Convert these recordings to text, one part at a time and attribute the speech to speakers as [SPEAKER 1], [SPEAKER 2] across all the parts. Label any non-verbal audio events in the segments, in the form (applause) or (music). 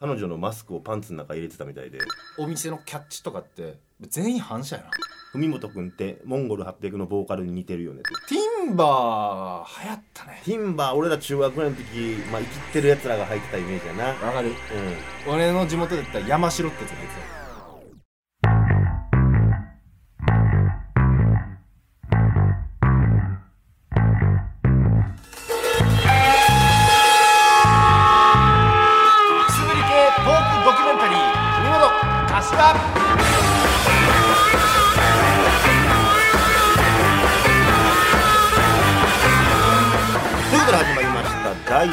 [SPEAKER 1] 彼女のマスクをパンツの中入れてたみたいで
[SPEAKER 2] お店のキャッチとかって全員反射やな
[SPEAKER 1] 文本君ってモンゴル800のボーカルに似てるよねって
[SPEAKER 2] ティンバー流行ったね
[SPEAKER 1] ティンバー俺ら中学ぐらいの時まあ生きってるやつらが入ってたイメージやなうん
[SPEAKER 2] わかる俺の地元だったら山城ってやつがいてたくすぶり系トークドキュメンタリー「君の柏」
[SPEAKER 1] ということで始まりました第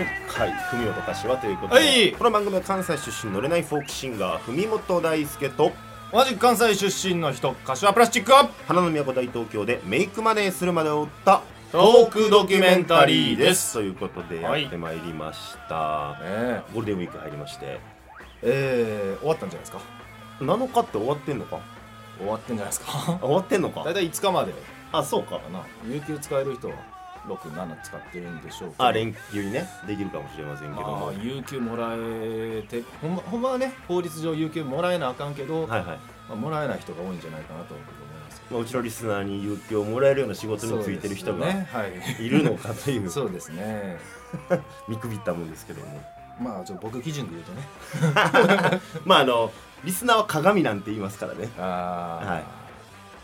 [SPEAKER 1] 63回「文本柏」ということで、
[SPEAKER 2] はい
[SPEAKER 1] この番組は関西出身乗れないフォークシンガー文本大輔と
[SPEAKER 2] 同じく関西出身の人柏プラスチックアップ
[SPEAKER 1] 花の都大東京でメイクマネーするまでを追った
[SPEAKER 2] トークドキュメンタリーです
[SPEAKER 1] ということでや
[SPEAKER 2] はい
[SPEAKER 1] ってまいりました、
[SPEAKER 2] ね
[SPEAKER 1] ゴールデンウィーク入りまして
[SPEAKER 2] えー、終わったんじゃないですか
[SPEAKER 1] 7日って終わってんのか
[SPEAKER 2] 終わってんじゃないです
[SPEAKER 1] あ
[SPEAKER 2] か
[SPEAKER 1] 終わってんのか
[SPEAKER 2] 大体5日まで
[SPEAKER 1] あそうか
[SPEAKER 2] かな有給使える人は67使ってるんでしょうけど
[SPEAKER 1] あ連休にねできるかもしれませんけども
[SPEAKER 2] ま
[SPEAKER 1] は
[SPEAKER 2] あ
[SPEAKER 1] い
[SPEAKER 2] 有給もらえてほん,、ま、ほんまはね法律上有給もらえなあかんけど、
[SPEAKER 1] はい、
[SPEAKER 2] まあ、もらえない人が多いんじゃないかなと思います
[SPEAKER 1] まあ、うちのリスナーに有給をもらえるような仕事
[SPEAKER 2] そう
[SPEAKER 1] に
[SPEAKER 2] です
[SPEAKER 1] ついてる人が
[SPEAKER 2] ねはい
[SPEAKER 1] いるのかという
[SPEAKER 2] (laughs) そうですね
[SPEAKER 1] 見くびったもんですけども
[SPEAKER 2] まあちょっと僕基準で言うとね
[SPEAKER 1] まああのリスナーは鏡なんて言いますからね
[SPEAKER 2] ああ、
[SPEAKER 1] はい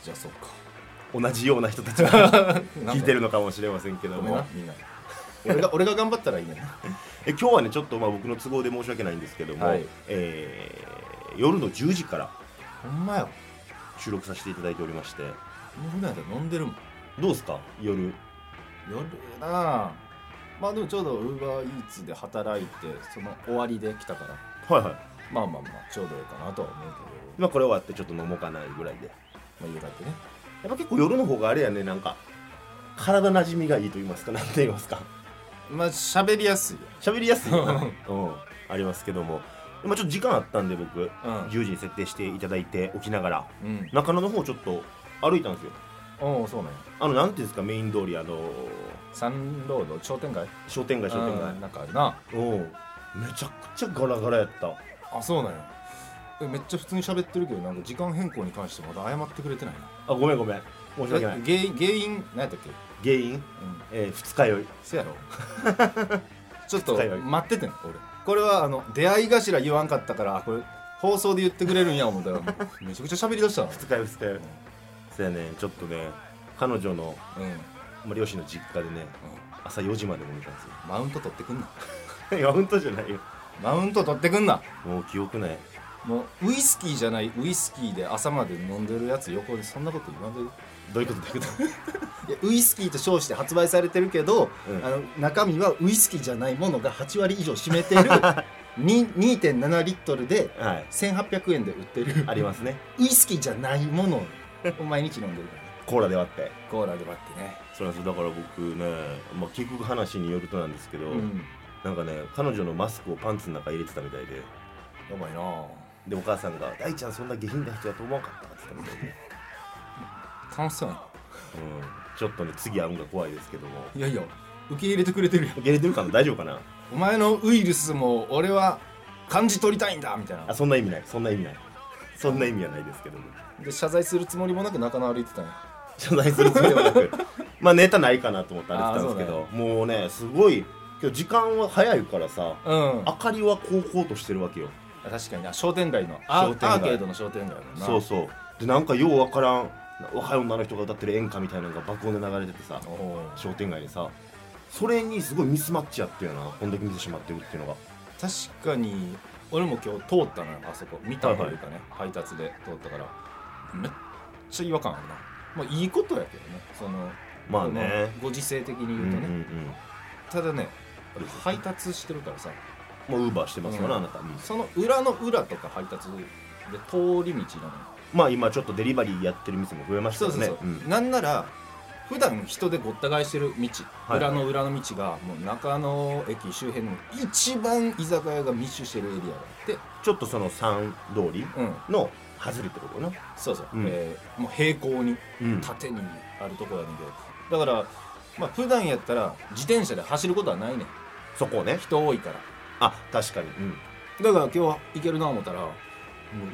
[SPEAKER 2] じゃあそっか
[SPEAKER 1] 同じような人たちが聞いて
[SPEAKER 2] る
[SPEAKER 1] るのかもしれませんけど
[SPEAKER 2] ごめん
[SPEAKER 1] も
[SPEAKER 2] なみんな俺が俺が頑張ったらいいね
[SPEAKER 1] え今日はねちょっとまあ僕の都合で申し訳ないんですけども、
[SPEAKER 2] はい
[SPEAKER 1] えー夜の10時から
[SPEAKER 2] ほんまよ
[SPEAKER 1] 収録させていただいておりまして
[SPEAKER 2] もう普段やったら飲んでるもん
[SPEAKER 1] どうですか夜
[SPEAKER 2] 夜やなあまあでもちょうどウーバーイーツで働いてその終わりで来たから
[SPEAKER 1] はいはい
[SPEAKER 2] まあまあまあちょうどいいかなとは思うけ
[SPEAKER 1] 今これ終わってちょっと飲もうかないぐらいで
[SPEAKER 2] ど、まあ、家帰ってね
[SPEAKER 1] やっぱ結構夜の方があれやねなんか体なじみがいいと言いますかなんて言いますか
[SPEAKER 2] まあ喋りやすいよ
[SPEAKER 1] 喋りやすいよなうんありますけどもまあちょっと時間あったんで僕
[SPEAKER 2] うん
[SPEAKER 1] 10時に設定していただいておきながら
[SPEAKER 2] うん
[SPEAKER 1] 中野の方ちょっと歩いたんですよ
[SPEAKER 2] おおそうなんや
[SPEAKER 1] あのなんていうんですかメイン通りあの
[SPEAKER 2] サンロード商店街
[SPEAKER 1] 商店街商店
[SPEAKER 2] うんなんかあるな
[SPEAKER 1] 街うんめちゃくちゃガラガラやった
[SPEAKER 2] あそうなんやえめっちゃ普通に喋ってるけどなんか時間変更に関してまだ謝ってくれてない
[SPEAKER 1] あ
[SPEAKER 2] な
[SPEAKER 1] ごめんごめん申し訳ない
[SPEAKER 2] え原因原因何やったっけ
[SPEAKER 1] 原因、
[SPEAKER 2] うん
[SPEAKER 1] えー、二日酔い
[SPEAKER 2] せ
[SPEAKER 1] (laughs)
[SPEAKER 2] やろちょっと
[SPEAKER 1] 使い分け
[SPEAKER 2] 待っててん俺これはあの出会い頭言わんかったからあこれ放送で言ってくれるんや思ったらもうめちゃくちゃ喋りだしたな、
[SPEAKER 1] 二日酔い二日酔いそやねちょっとね彼女の、
[SPEAKER 2] うんうん、
[SPEAKER 1] まあ、両親の実家でね朝4時まで飲んでたんです
[SPEAKER 2] マウント取ってくんな
[SPEAKER 1] よいや本当じゃないよ
[SPEAKER 2] マウント取ってくんな
[SPEAKER 1] もう記憶ない
[SPEAKER 2] もうウイスキーじゃないウイスキーで朝まで飲んでるやつ横でそんなこと言わんでる
[SPEAKER 1] どういうことどういうこと
[SPEAKER 2] いやウイスキーと称して発売されてるけど、
[SPEAKER 1] (laughs) うん
[SPEAKER 2] あの中身はウイスキーじゃないものが8割以上占め
[SPEAKER 1] (laughs)
[SPEAKER 2] てるに2.7リットルで
[SPEAKER 1] はい
[SPEAKER 2] 1800円で売ってる
[SPEAKER 1] ありますね
[SPEAKER 2] ウイスキーじゃないものを (laughs) 毎日飲んでるからね
[SPEAKER 1] コーラで割って
[SPEAKER 2] コーラで割ってね、
[SPEAKER 1] そうなんですだから僕ね、まあ、結局話によるとなんですけど、なんかね彼女のマスクをパンツの中入れてたみたいで
[SPEAKER 2] やばいなぁ
[SPEAKER 1] でお母さんが「大ちゃんそんな下品な人だと思わんかった」って言ったみたいで、
[SPEAKER 2] 楽しそうやな
[SPEAKER 1] うん、ちょっとね次会うんが怖いですけども
[SPEAKER 2] いやいや受け入れてくれてるやん
[SPEAKER 1] 受け入れてるかな大丈夫かな
[SPEAKER 2] お前のウイルスも俺は感じ取りたいんだみたい
[SPEAKER 1] あ
[SPEAKER 2] な
[SPEAKER 1] そんな意味ないそんな意味ないそんな意味はないですけども
[SPEAKER 2] で謝罪するつもりもなく中野歩いてたんや
[SPEAKER 1] 謝罪するつもりはな
[SPEAKER 2] (laughs)
[SPEAKER 1] くまあネタないかなと思ってあれてたんですけど
[SPEAKER 2] あ
[SPEAKER 1] もうねすごい今日時間は早いからさ
[SPEAKER 2] う
[SPEAKER 1] 明
[SPEAKER 2] ん
[SPEAKER 1] かりはこうこうとしてるわけよ
[SPEAKER 2] 確かにな商店街のア
[SPEAKER 1] 商
[SPEAKER 2] ー
[SPEAKER 1] 店街
[SPEAKER 2] アーケードの商店街だな
[SPEAKER 1] そうそうでなんかようわからん若い女の人が歌ってる演歌みたいなのが爆音で流れててさ
[SPEAKER 2] おう
[SPEAKER 1] 商店街でさそれにすごいミスマッチやってよなこんだけ見てしまってるっていうのが
[SPEAKER 2] 確かに俺も今日通ったのよあそこ見たというかね、配達で通ったからめっちゃ違和感あるなまあいいことやけどねその
[SPEAKER 1] まあね
[SPEAKER 2] このご時世的に
[SPEAKER 1] う
[SPEAKER 2] 言
[SPEAKER 1] ん
[SPEAKER 2] う
[SPEAKER 1] うん
[SPEAKER 2] とね、
[SPEAKER 1] うん
[SPEAKER 2] ただね配達してるからさ
[SPEAKER 1] もうウーバーしてますから、
[SPEAKER 2] う
[SPEAKER 1] あなた、
[SPEAKER 2] その裏の裏とか配達で通り道なのよ
[SPEAKER 1] まあ今ちょっとデリバリーやってる店も増えました
[SPEAKER 2] そう
[SPEAKER 1] よ
[SPEAKER 2] そう
[SPEAKER 1] ね
[SPEAKER 2] そ
[SPEAKER 1] ん
[SPEAKER 2] う、なんなら普段人でごった返してる道、
[SPEAKER 1] はい
[SPEAKER 2] 裏の裏の道がもう中野駅周辺の一番居酒屋が密集してるエリアがあって
[SPEAKER 1] ちょっとその三通り
[SPEAKER 2] うん
[SPEAKER 1] の外れってことかな、
[SPEAKER 2] そうそう、
[SPEAKER 1] うん
[SPEAKER 2] えーもう平行に
[SPEAKER 1] うん
[SPEAKER 2] 縦にあるところやねんけどだからまあ普段やったら自転車で走ることはないねん
[SPEAKER 1] そこをね
[SPEAKER 2] 人多いから
[SPEAKER 1] あ確かにうん
[SPEAKER 2] だから今日は行けるな思ったらもう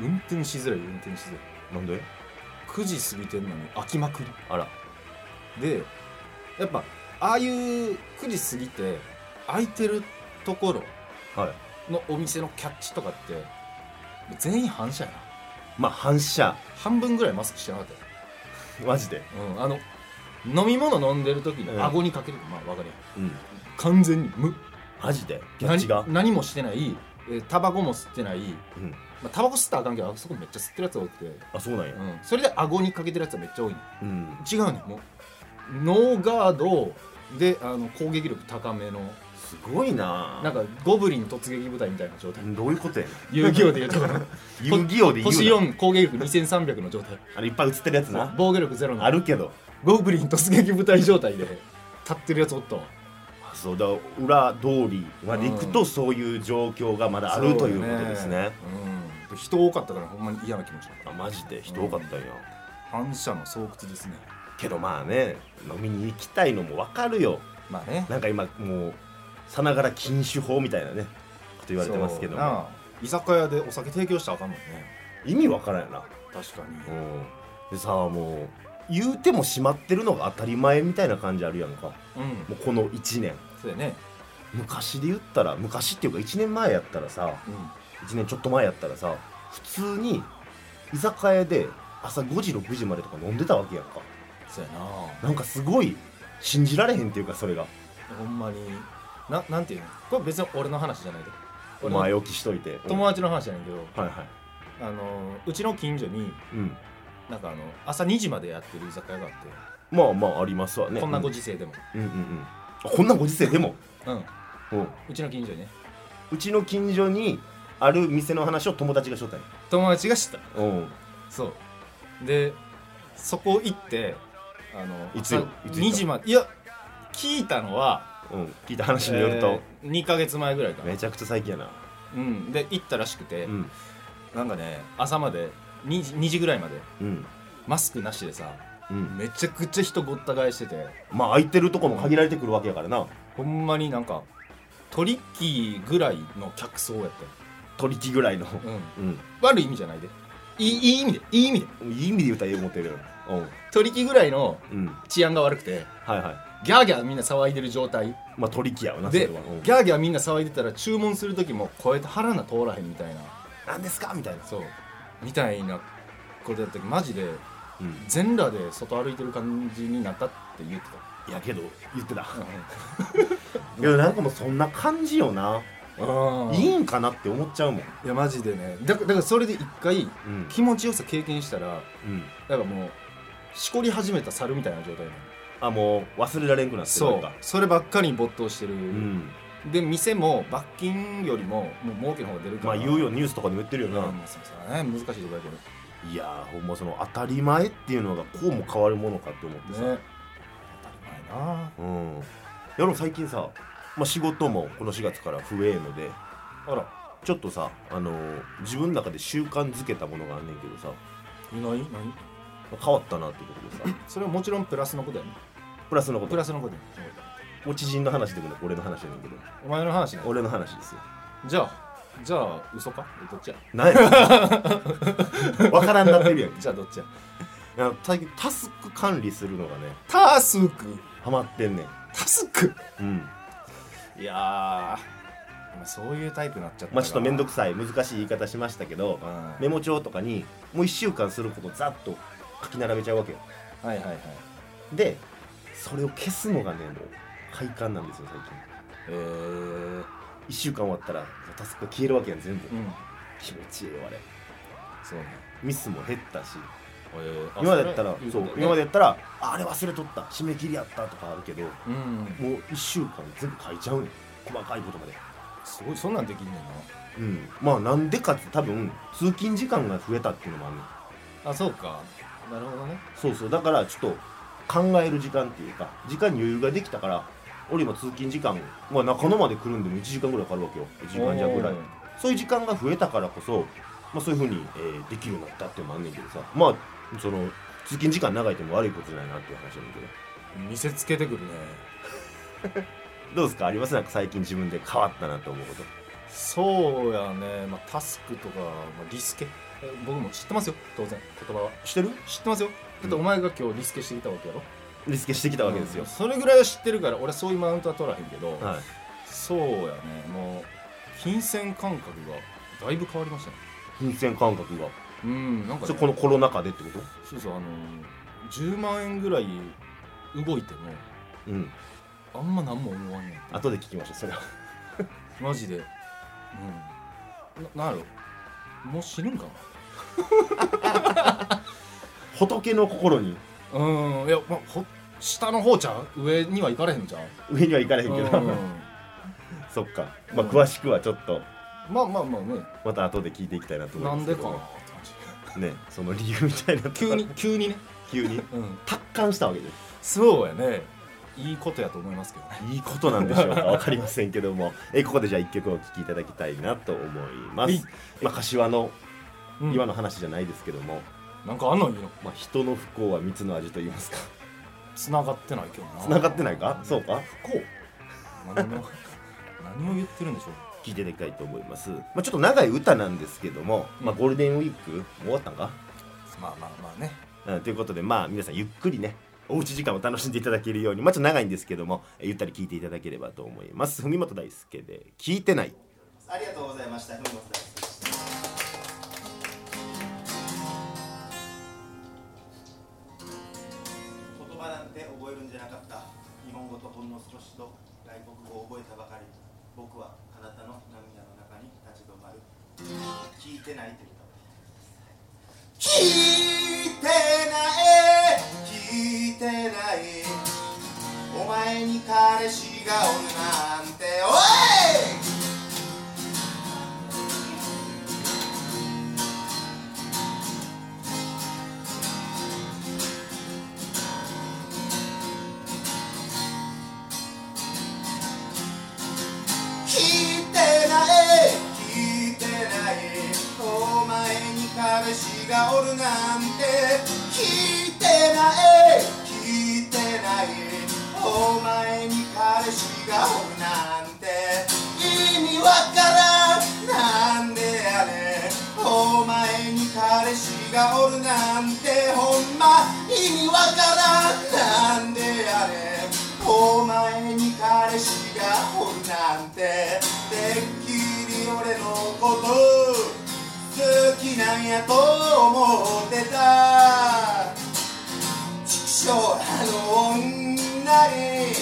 [SPEAKER 2] 運転しづらい運転しづらい
[SPEAKER 1] なんで
[SPEAKER 2] 9時過ぎてんのに飽きまくり
[SPEAKER 1] あら
[SPEAKER 2] でやっぱああいう9時過ぎて空いてるところ
[SPEAKER 1] はい
[SPEAKER 2] のお店のキャッチとかって全員反射やな
[SPEAKER 1] まあ反射
[SPEAKER 2] 半分ぐらいマスクしてなかったよ
[SPEAKER 1] マジで
[SPEAKER 2] うん、あの飲み物飲んでる時に
[SPEAKER 1] うん
[SPEAKER 2] 顎にかける、まあわかるやん
[SPEAKER 1] うん
[SPEAKER 2] 完全に無
[SPEAKER 1] マジでキャッチが
[SPEAKER 2] 何何もしてないえータバコも吸ってない、
[SPEAKER 1] うん
[SPEAKER 2] まあ、タバコ吸ったらあかんけどあそこめっちゃ吸ってるやつ多くて、う
[SPEAKER 1] あそうなんや
[SPEAKER 2] ん、それで顎にかけてるやつはめっちゃ多いね
[SPEAKER 1] うん
[SPEAKER 2] 違うねんもうノーガードであの攻撃力高めの
[SPEAKER 1] すごいな
[SPEAKER 2] なんかゴブリン突撃部隊みたいな
[SPEAKER 1] (laughs)
[SPEAKER 2] 状態
[SPEAKER 1] どういうことやねん
[SPEAKER 2] 遊戯王でいうところ
[SPEAKER 1] 遊戯王で言
[SPEAKER 2] (laughs) 星
[SPEAKER 1] うな
[SPEAKER 2] 4攻撃力2300の状態
[SPEAKER 1] あれいっぱい映ってるやつな
[SPEAKER 2] 防御力ゼロの
[SPEAKER 1] あるけど
[SPEAKER 2] ゴブリン突撃部隊状態で立ってるやつおったわ
[SPEAKER 1] あそうだ裏通りまで行く
[SPEAKER 2] う
[SPEAKER 1] とそういう状況がまだあるということですね
[SPEAKER 2] うん、人多かったからほんまに嫌な気持ちだった
[SPEAKER 1] あマジで人多かったんや
[SPEAKER 2] 反射の巣窟ですね
[SPEAKER 1] けどまあね飲みに行きたいのもわかるよ
[SPEAKER 2] まあね
[SPEAKER 1] なんか今もうさながら禁酒法みたいなねこと言われてますけど
[SPEAKER 2] そうな
[SPEAKER 1] も
[SPEAKER 2] あ居酒屋でお酒提供したらあかんもんね
[SPEAKER 1] 意味わからんよな
[SPEAKER 2] 確かに
[SPEAKER 1] うんでさもう言うても閉まってるのが当たり前みたいな感じあるやんかも
[SPEAKER 2] う
[SPEAKER 1] う
[SPEAKER 2] ん
[SPEAKER 1] この1年
[SPEAKER 2] そうやね
[SPEAKER 1] 昔で言ったら昔っていうか1年前やったらさ
[SPEAKER 2] う
[SPEAKER 1] 1年ちょっと前やったらさ普通に居酒屋で朝5時6時までとか飲んでたわけやんか
[SPEAKER 2] んそうやな
[SPEAKER 1] なんかすごい信じられへんっていうかそれが
[SPEAKER 2] ほんまにななんていうのこれ別に俺の話じゃないで
[SPEAKER 1] お
[SPEAKER 2] 俺の
[SPEAKER 1] 前置きしといて
[SPEAKER 2] 友達の話じゃないけど
[SPEAKER 1] はいはい
[SPEAKER 2] あのうちの近所に
[SPEAKER 1] うん
[SPEAKER 2] なんかあの朝2時までやってる居酒屋があって、
[SPEAKER 1] まあまあありますわね
[SPEAKER 2] こんなご時世でも、
[SPEAKER 1] うんうんうんあこんなご時世でも、
[SPEAKER 2] うん
[SPEAKER 1] うん、
[SPEAKER 2] うちの近所にね
[SPEAKER 1] うちの近所にある店の話を友達がしとったんや
[SPEAKER 2] 友達が知った
[SPEAKER 1] うん
[SPEAKER 2] そうでそこ行ってあの
[SPEAKER 1] いつよい
[SPEAKER 2] 朝
[SPEAKER 1] つ行った
[SPEAKER 2] 2時までいや聞いたのは
[SPEAKER 1] うん、聞いた話によると、
[SPEAKER 2] えー2か月前ぐらいかな
[SPEAKER 1] め、ちゃくちゃ最近やな、
[SPEAKER 2] うん、で行ったらしくて、
[SPEAKER 1] うん
[SPEAKER 2] なんかね朝まで 2, 時2時ぐらいまで
[SPEAKER 1] うん
[SPEAKER 2] マスクなしでさ
[SPEAKER 1] うん、
[SPEAKER 2] めちゃくちゃ人ごった返してて
[SPEAKER 1] まあ空いてるとこも限られてくるわけやからな
[SPEAKER 2] ほんまになんかトリッキーぐらいの客層やったよ
[SPEAKER 1] 取り木ぐらいの、
[SPEAKER 2] うん、
[SPEAKER 1] うん、
[SPEAKER 2] 悪い意味じゃないでいいいい意味でいい意味で
[SPEAKER 1] いい意味で言うたらええ思ってるよ
[SPEAKER 2] トリッキーぐらいの
[SPEAKER 1] うん、うん、
[SPEAKER 2] 治安が悪くて
[SPEAKER 1] はいはい
[SPEAKER 2] ギャーギャーみんな騒いでる状態
[SPEAKER 1] まあ取り木やわな
[SPEAKER 2] で
[SPEAKER 1] それは、うん
[SPEAKER 2] ギャーギャーみんな騒いでたら注文する時もこうやって腹が通らへんみたいな
[SPEAKER 1] なんですかみたいな、
[SPEAKER 2] そうみたいなことやった時マジで
[SPEAKER 1] うん、
[SPEAKER 2] 全裸で外歩いてる感じになったって言ってた
[SPEAKER 1] いやけど言ってたけどなんかもうそんな感じよな、
[SPEAKER 2] うん
[SPEAKER 1] いいんかなって思っちゃうもん
[SPEAKER 2] いやマジでねだだからそれで一回
[SPEAKER 1] うん、
[SPEAKER 2] 気持ちよさ経験したら
[SPEAKER 1] うん、
[SPEAKER 2] だからもうしこり始めた猿みたいな状態なの
[SPEAKER 1] あもう忘れられんくなってる
[SPEAKER 2] そ
[SPEAKER 1] なん
[SPEAKER 2] う
[SPEAKER 1] か
[SPEAKER 2] そればっかりに没頭してる、
[SPEAKER 1] うん
[SPEAKER 2] で店も罰金よりももう儲けの方が出るか
[SPEAKER 1] ま
[SPEAKER 2] ら
[SPEAKER 1] あ言うよニュースとかでも言ってるよ
[SPEAKER 2] うん
[SPEAKER 1] な、
[SPEAKER 2] まあそうそうね難しいとこやけど
[SPEAKER 1] いやーほんまその当たり前っていうのがこうも変わるものかって思ってさ、
[SPEAKER 2] ね当たり前な
[SPEAKER 1] うんやろ最近さ、まあ、仕事もこの4月から増えんので
[SPEAKER 2] あら
[SPEAKER 1] ちょっとさ、あのー自分の中で習慣づけたものがあんねんけどさ
[SPEAKER 2] いないない
[SPEAKER 1] 変わったなってことでさ
[SPEAKER 2] それはもちろんプラスのことやね
[SPEAKER 1] プラスのこ
[SPEAKER 2] プ
[SPEAKER 1] と
[SPEAKER 2] ラスのことやね
[SPEAKER 1] お知人の話でもね俺の話やねんけど
[SPEAKER 2] お前の話ね
[SPEAKER 1] 俺の話ですよ
[SPEAKER 2] じゃあじゃあ嘘かどっちや
[SPEAKER 1] 何や (laughs) わからんなってるやんい
[SPEAKER 2] じゃあどっちや
[SPEAKER 1] や最近タスク管理するのがね
[SPEAKER 2] タスク
[SPEAKER 1] ハマってんねん
[SPEAKER 2] タスク
[SPEAKER 1] うん
[SPEAKER 2] いやーお前そういうタイプになっちゃった
[SPEAKER 1] まあちょっと面倒
[SPEAKER 2] く
[SPEAKER 1] くさい難しい言い方しましたけど、
[SPEAKER 2] さい、
[SPEAKER 1] メモ帳とかにもう1週間することざっと書き並べちゃうわけよ
[SPEAKER 2] うん、はいはいはい
[SPEAKER 1] でそれを消すのがねもう快感なんですよ最近
[SPEAKER 2] えー、
[SPEAKER 1] 1週間終わったらタスクが消えるわけやん全部、
[SPEAKER 2] うん
[SPEAKER 1] 気持ちいいよあれ
[SPEAKER 2] そうね
[SPEAKER 1] ミスも減ったし
[SPEAKER 2] えーあ
[SPEAKER 1] 今までやったら
[SPEAKER 2] れ
[SPEAKER 1] そう
[SPEAKER 2] 言
[SPEAKER 1] 今まで
[SPEAKER 2] て
[SPEAKER 1] やったらああれ忘れとった締め切りやったとかあるけども
[SPEAKER 2] たねうん
[SPEAKER 1] う1週間全部書いちゃうねん細かいことまです
[SPEAKER 2] ごいそんなんできんねん
[SPEAKER 1] うんまあなんでかって多分通勤時間が増えたっていうのもあるねん
[SPEAKER 2] なあそうかなるほどね
[SPEAKER 1] そうそうだからちょっと考える時間っていうか時間に余裕ができたから俺今通勤時間、まあ、中野まで来るんでも1時間ぐらいかかるわけよ1時間弱ぐらい
[SPEAKER 2] おー
[SPEAKER 1] そういう時間が増えたからこそ、まあ、そういうふうに、えーできるようになったっていうのもあんねんけどさまあその通勤時間長いっても悪いことじゃないなっていう話なんだけど
[SPEAKER 2] 見せつけてくるね
[SPEAKER 1] どうですかありますなんか最近自分で変わったなと思うこと
[SPEAKER 2] そうやね、まあ、タスクとか、まあ、リスケえ僕も知ってますよ当然言葉は
[SPEAKER 1] してる
[SPEAKER 2] 知ってますよだってお前が今日リスケしてきたわけやろ
[SPEAKER 1] リスケしてきたわけですよ
[SPEAKER 2] うん、それぐらいは知ってるから俺はそういうマウントは取らへんけど、
[SPEAKER 1] はい
[SPEAKER 2] そうやねもう金銭感覚がだいぶ変わりましたね
[SPEAKER 1] 金銭感覚が
[SPEAKER 2] うんなんか、
[SPEAKER 1] そ
[SPEAKER 2] ね、
[SPEAKER 1] れこのコロナ禍でってこと
[SPEAKER 2] そうそうあの10万円ぐらい動いても
[SPEAKER 1] うん
[SPEAKER 2] あんま何も思わんねん
[SPEAKER 1] 後で聞きましたそれは
[SPEAKER 2] マジでうんななんやろもう死ぬんか
[SPEAKER 1] 仏の心に
[SPEAKER 2] なうんいや、まあ、ほ下の方ちゃう上には行かれへんじゃん
[SPEAKER 1] 上には行かれへんけど、
[SPEAKER 2] う
[SPEAKER 1] (laughs) そっかまあ詳しくはちょっと
[SPEAKER 2] んまあまあまあね
[SPEAKER 1] また後で聞いていきたいなと思
[SPEAKER 2] ない
[SPEAKER 1] ま
[SPEAKER 2] ん
[SPEAKER 1] すけ
[SPEAKER 2] でか
[SPEAKER 1] ど
[SPEAKER 2] なって感じ
[SPEAKER 1] ねその理由みたいなとこ
[SPEAKER 2] (laughs) 急に急にね、
[SPEAKER 1] 急に
[SPEAKER 2] うん、
[SPEAKER 1] 達観したわけです
[SPEAKER 2] そうやねいいことやと思いますけどね
[SPEAKER 1] いいことなんでしょうかわかりませんけどもえここでじゃあ1曲お聴きいただきたいなと思いま
[SPEAKER 2] はい
[SPEAKER 1] す、まあ、柏の
[SPEAKER 2] うん
[SPEAKER 1] 今の話じゃないですけども、
[SPEAKER 2] なんかあんのいいの
[SPEAKER 1] まあ、人の不幸は蜜の味と言いますか
[SPEAKER 2] 繋がってないけどな
[SPEAKER 1] 繋がってないかそうか
[SPEAKER 2] 不幸何も何を言ってるんでしょう
[SPEAKER 1] 聞いていただきたいと思います、まあ、ちょっと長い歌なんですけども、まあ、ゴールデンウィークもう終わったんか、
[SPEAKER 2] まあまあまあね
[SPEAKER 1] うん、ということでまあ皆さんゆっくりねおうち時間を楽しんでいただけるようにまあちょっと長いんですけどもえゆったり聞いていただければと思います文本大輔で「聞いてない」
[SPEAKER 3] ありがとうございました。ふみもつです言葉なんて覚えるんじゃなかった。日本語とほんの少しと外国語を覚えたばかり。僕はあなたの涙の中に立ち止まる。聞いてないという歌を聞いてない聞いてないお前に彼氏がおるなんておい聞いてない聞いてないお前に彼氏がおるなんて聞いてない聞いてないお前に彼氏がおるなんて意味わからんなんでやねんお前に彼氏がおるなんてほんま意味わからんなんでやねんお前に彼氏がおるなんててっきり俺のこと好きなんやと思ってた畜生あの女にいっ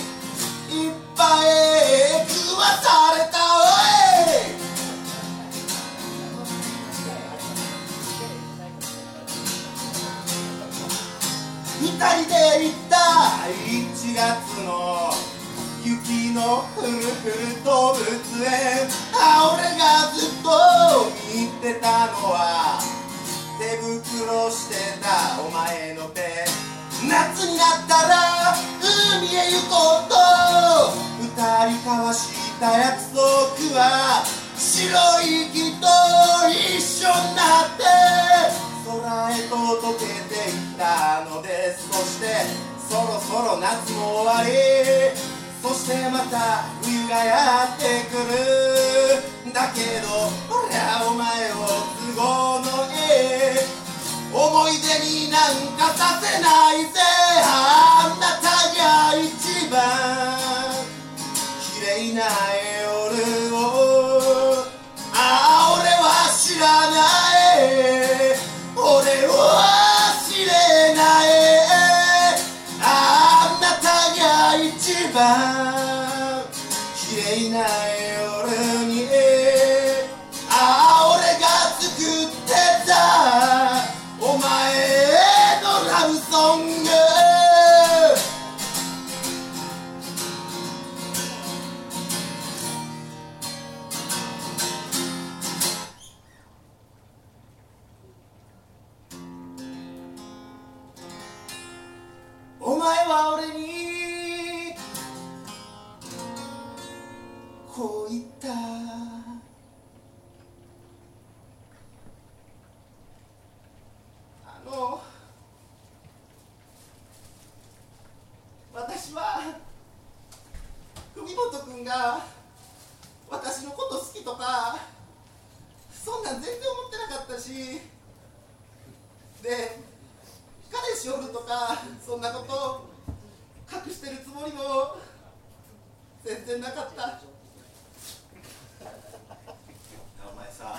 [SPEAKER 3] ぱい食わされたおい二人で行った1月の雪のふるふる動物園あ俺がずっと見てたのは手袋してたお前の手夏になったら海へ行こうと二人交わした約束は白い息と一緒になって空へと溶けていったのですそしてそろそろ夏も終わりそしてまた冬がやってくるだけど俺はお前を都合のいい思い出になんかさせないぜあなたが一番綺麗な夜をああ俺は知らない俺は知れないあなたが一番綺麗な夜にああ俺が作ってたお前のラブソングお前は俺にこう言ったあの私は文本君が私のこと好きととかそんなん全然思ってなかったしで彼氏おるとかそんなこと隠してるつもりも全然なかったお前さ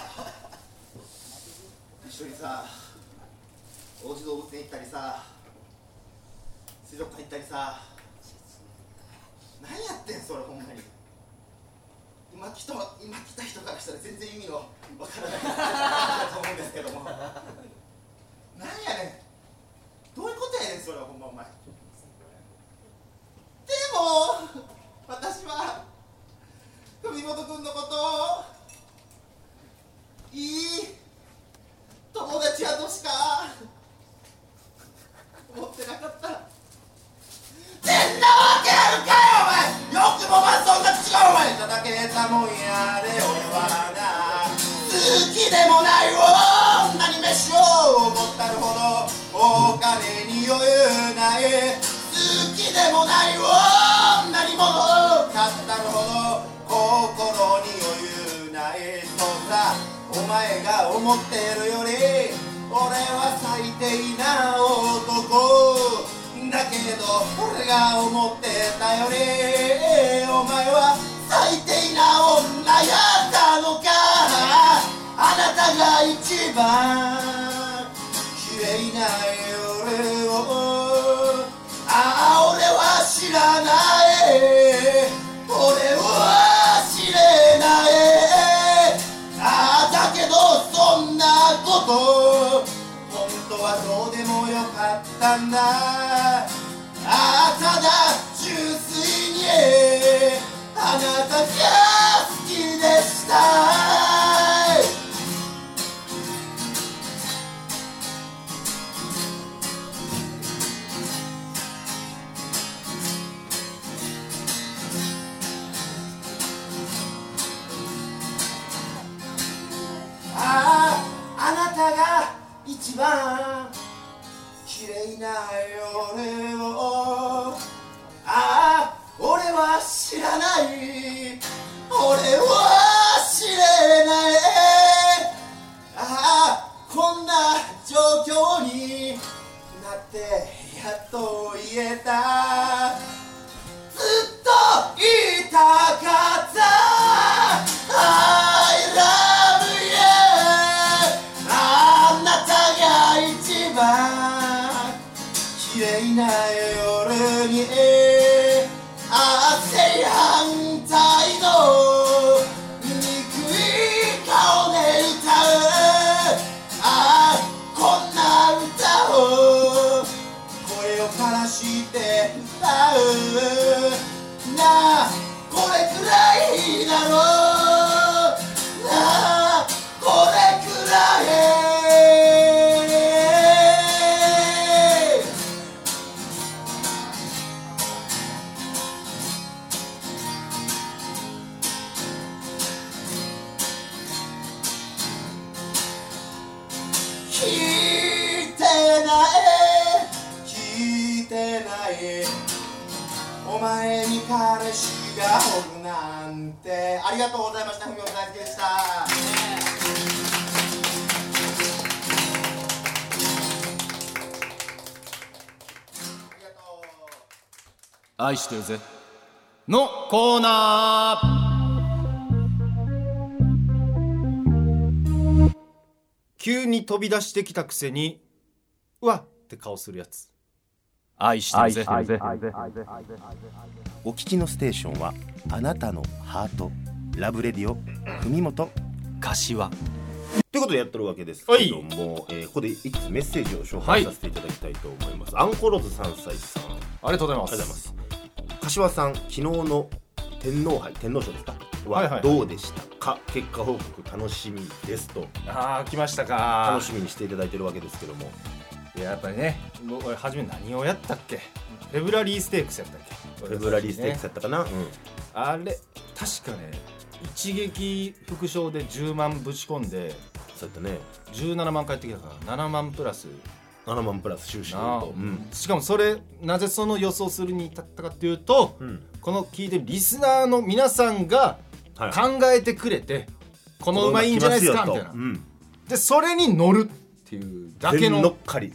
[SPEAKER 3] 一緒にさ王子動物園行ったりさ水族館行ったりさ何やってんそれほんまに今来た今来た人からしたら全然意味のわから (laughs) ないだと思うんですけども何やねんどういうことやねんそれはほんまお前でも私は文元君のことをいい友達やとしか思ってなかったそんなわけあるかよお前よくもまあそんな違うお前ただけたもんやで俺はな好きでもない女に飯を持ったるほどお金に余裕ない好きでもない女に物を買ったるほど心に余裕ないそんなお前が思ってるより俺は最低な男だけど俺が思ってたよりお前は最低な女やったのかあなたが一番綺麗な夜をああ俺は知らない俺は知れないああだけどそんなこと本当はどうでもよかったんだああただ純粋にあなたが好きでしたあああなたが一番綺麗な夜をああ俺は知らない俺は知れないああこんな状況になってやっと言えたずっと言いたかった I love you あなたが一番綺麗な夜にああ正反対の醜い顔で歌うああこんな歌を声を枯らして歌うなあこれくらいだろうなあこれくらい聞いてない聞いてないお前に彼氏がおるなんてありがとうございましたふみおさんでしたありがとう
[SPEAKER 2] 愛してるぜのコーナー急に飛び出してきたくせにうわっって顔するやつ愛してるぜ
[SPEAKER 1] お聞きのステーションはあなたのハートラブレディオ文元
[SPEAKER 2] 柏
[SPEAKER 1] ということでやってるわけですけども、えーここで一つメッセージを紹介させていただきたいと思います、アンコロズ3歳さんあり
[SPEAKER 2] ありがとうございま
[SPEAKER 1] がとう
[SPEAKER 2] す
[SPEAKER 1] ございます柏さん昨日の天皇杯天皇賞ですか
[SPEAKER 2] はいは
[SPEAKER 1] はい
[SPEAKER 2] いは
[SPEAKER 1] どうでしたか、結果報告楽しみですと
[SPEAKER 2] あー来ましたか
[SPEAKER 1] 楽しみにしていただいてるわけですけども
[SPEAKER 2] いややっぱりね僕俺初め何をやったっけフェブラリーステークスやったっけ
[SPEAKER 1] フェブラリーステークスやったかな、
[SPEAKER 2] あれ確かね一撃副賞で10万ぶち込んで
[SPEAKER 1] そうやったね
[SPEAKER 2] 17万返ってきたから7万プラス
[SPEAKER 1] 7万プラス収支
[SPEAKER 2] なあ
[SPEAKER 1] と、うん
[SPEAKER 2] しかもそれなぜその予想するに至ったかっていうと、
[SPEAKER 1] うん
[SPEAKER 2] この聞いてるリスナーの皆さんが
[SPEAKER 1] はい
[SPEAKER 2] 考えてくれて、この馬いいんじゃないですか
[SPEAKER 1] こ
[SPEAKER 2] み
[SPEAKER 1] の
[SPEAKER 2] た
[SPEAKER 1] 馬
[SPEAKER 2] い
[SPEAKER 1] 来
[SPEAKER 2] な
[SPEAKER 1] ますよとうん
[SPEAKER 2] でそれに乗るっていうだけ
[SPEAKER 1] 全乗っ
[SPEAKER 2] の
[SPEAKER 1] かり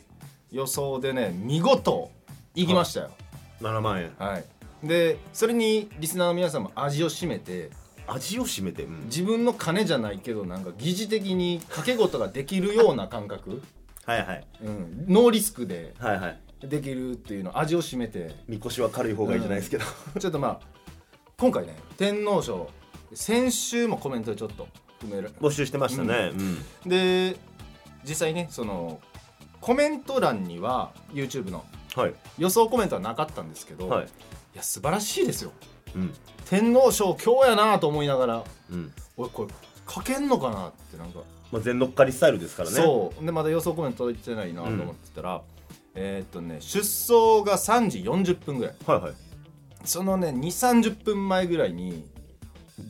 [SPEAKER 2] 予想でね見事いきましたよ
[SPEAKER 1] 7万円
[SPEAKER 2] はい、でそれにリスナーの皆さんも味を占めて
[SPEAKER 1] 味を占めて、うん
[SPEAKER 2] 自分の金じゃないけどなんか疑似的に賭け事ができるような感覚、
[SPEAKER 1] はいはい
[SPEAKER 2] うん、ノーリスクで
[SPEAKER 1] はいはい
[SPEAKER 2] できるっていうの味を占めて
[SPEAKER 1] みこしは軽い方がいいじゃないですけど、
[SPEAKER 2] ちょっとまあ今回ね天皇賞先週もコメントでちょっと含める
[SPEAKER 1] 募集してましたね、うん
[SPEAKER 2] で実際ねそのコメント欄には YouTube の
[SPEAKER 1] はい
[SPEAKER 2] 予想コメントはなかったんですけど、
[SPEAKER 1] はい
[SPEAKER 2] い、や素晴らしいですよ
[SPEAKER 1] うん
[SPEAKER 2] 天皇賞今日やなと思いながら
[SPEAKER 1] うん
[SPEAKER 2] 俺これ書けんのかなってなんか、
[SPEAKER 1] まあ、全乗っかりスタイルですからね
[SPEAKER 2] そうでまだ予想コメント届いてないなと思ってたら、えーっとね出走が3時40分ぐらい
[SPEAKER 1] はいはい
[SPEAKER 2] そのね2 3 0分前ぐらいに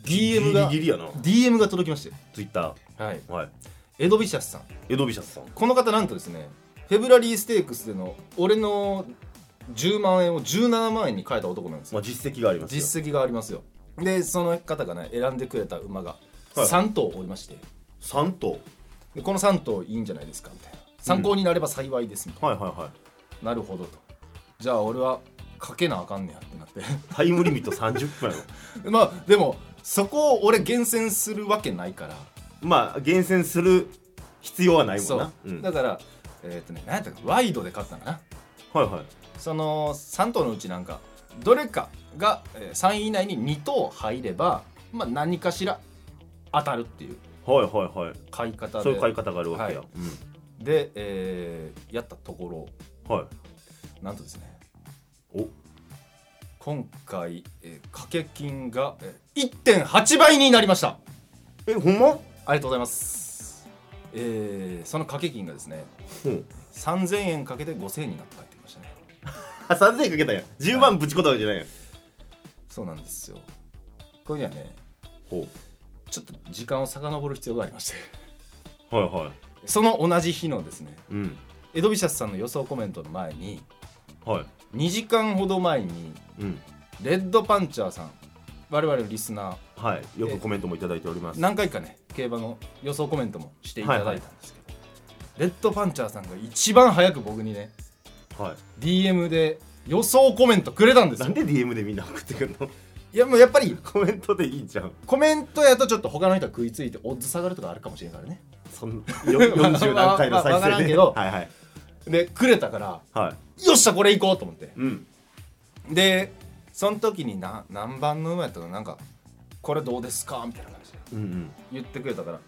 [SPEAKER 2] DM が
[SPEAKER 1] ギリギリやな
[SPEAKER 2] DM が届きまして
[SPEAKER 1] ツイッタ
[SPEAKER 2] はい
[SPEAKER 1] ーはい
[SPEAKER 2] エドビシャスさん
[SPEAKER 1] エドビシャスさん
[SPEAKER 2] この方なんとですねフェブラリーステークスでの俺の10万円を17万円に変えた男なんですよ
[SPEAKER 1] まあ実績がありますよ
[SPEAKER 2] 実績がありますよでその方がね選んでくれた馬が
[SPEAKER 1] はい
[SPEAKER 2] 3頭おりまして、
[SPEAKER 1] 3頭
[SPEAKER 2] でこの3頭いいんじゃないですかみたいな参考になれば幸いですみたい
[SPEAKER 1] はいはいはい
[SPEAKER 2] な、なるほどとじゃあ俺はかけなあかんねやってなっ
[SPEAKER 1] タイムリミット30分やろ
[SPEAKER 2] て (laughs) まあでもそこを俺厳選するわけないから
[SPEAKER 1] (laughs) まあ厳選する必要はないも
[SPEAKER 2] そ
[SPEAKER 1] ん
[SPEAKER 2] う
[SPEAKER 1] な、うん、は
[SPEAKER 2] だ
[SPEAKER 1] い
[SPEAKER 2] からえーっ、とね何やったかワイドで勝ったんだな
[SPEAKER 1] はい
[SPEAKER 2] その3頭のうちなんかどれかがえー3位以内に2頭入れば、まあ、何かしら当たるっていう
[SPEAKER 1] はいはいはい
[SPEAKER 2] 買い方で
[SPEAKER 1] そういう買い方があるわけや、
[SPEAKER 2] はい
[SPEAKER 1] うん
[SPEAKER 2] で、えーやったところ
[SPEAKER 1] はい
[SPEAKER 2] なんとですね
[SPEAKER 1] お
[SPEAKER 2] 今回、えー掛け金が、えー1.8倍になりました
[SPEAKER 1] えほんま
[SPEAKER 2] ありがとうございます、えーその掛け金がですね
[SPEAKER 1] うん
[SPEAKER 2] 3000円かけて5000円になったって言いましたね
[SPEAKER 1] あ3000円かけたんや10万ぶち込んだわけじゃないやん
[SPEAKER 2] そうなんですよこれにはね
[SPEAKER 1] ほ
[SPEAKER 2] ちょっと時間を遡る必要がありまして
[SPEAKER 1] うはいはい
[SPEAKER 2] その同じ日のですね
[SPEAKER 1] うん
[SPEAKER 2] エドビシャスさんの予想コメントの前に
[SPEAKER 1] はい
[SPEAKER 2] 2時間ほど前に
[SPEAKER 1] うん
[SPEAKER 2] レッドパンチャーさん我々のリスナー
[SPEAKER 1] はいよくコメントもいただいております
[SPEAKER 2] 何回かね競馬の予想コメントもしていただいたんですけど、レッドパンチャーさんが一番早く僕にね
[SPEAKER 1] は
[SPEAKER 2] DM で予想コメントくれたんで
[SPEAKER 1] い
[SPEAKER 2] す
[SPEAKER 1] な
[SPEAKER 2] よ
[SPEAKER 1] んで DM でみんな送ってくるの
[SPEAKER 2] いやもうやっぱり
[SPEAKER 1] (laughs) コメントでいいじゃん
[SPEAKER 2] コメントやとちょっと他の人は食いついてオッズ下がるとかあるかもしれないからね
[SPEAKER 1] そ (laughs) んよ40何回の再
[SPEAKER 2] わから
[SPEAKER 1] 生
[SPEAKER 2] ん
[SPEAKER 1] で
[SPEAKER 2] けど
[SPEAKER 1] はいはい
[SPEAKER 2] でくれたから
[SPEAKER 1] はい
[SPEAKER 2] よっしゃこれいこうと思って
[SPEAKER 1] うん
[SPEAKER 2] でその時にな何番の馬やったのなんかこれどうですかみたいな感じで
[SPEAKER 1] うんうん
[SPEAKER 2] 言ってくれたからよ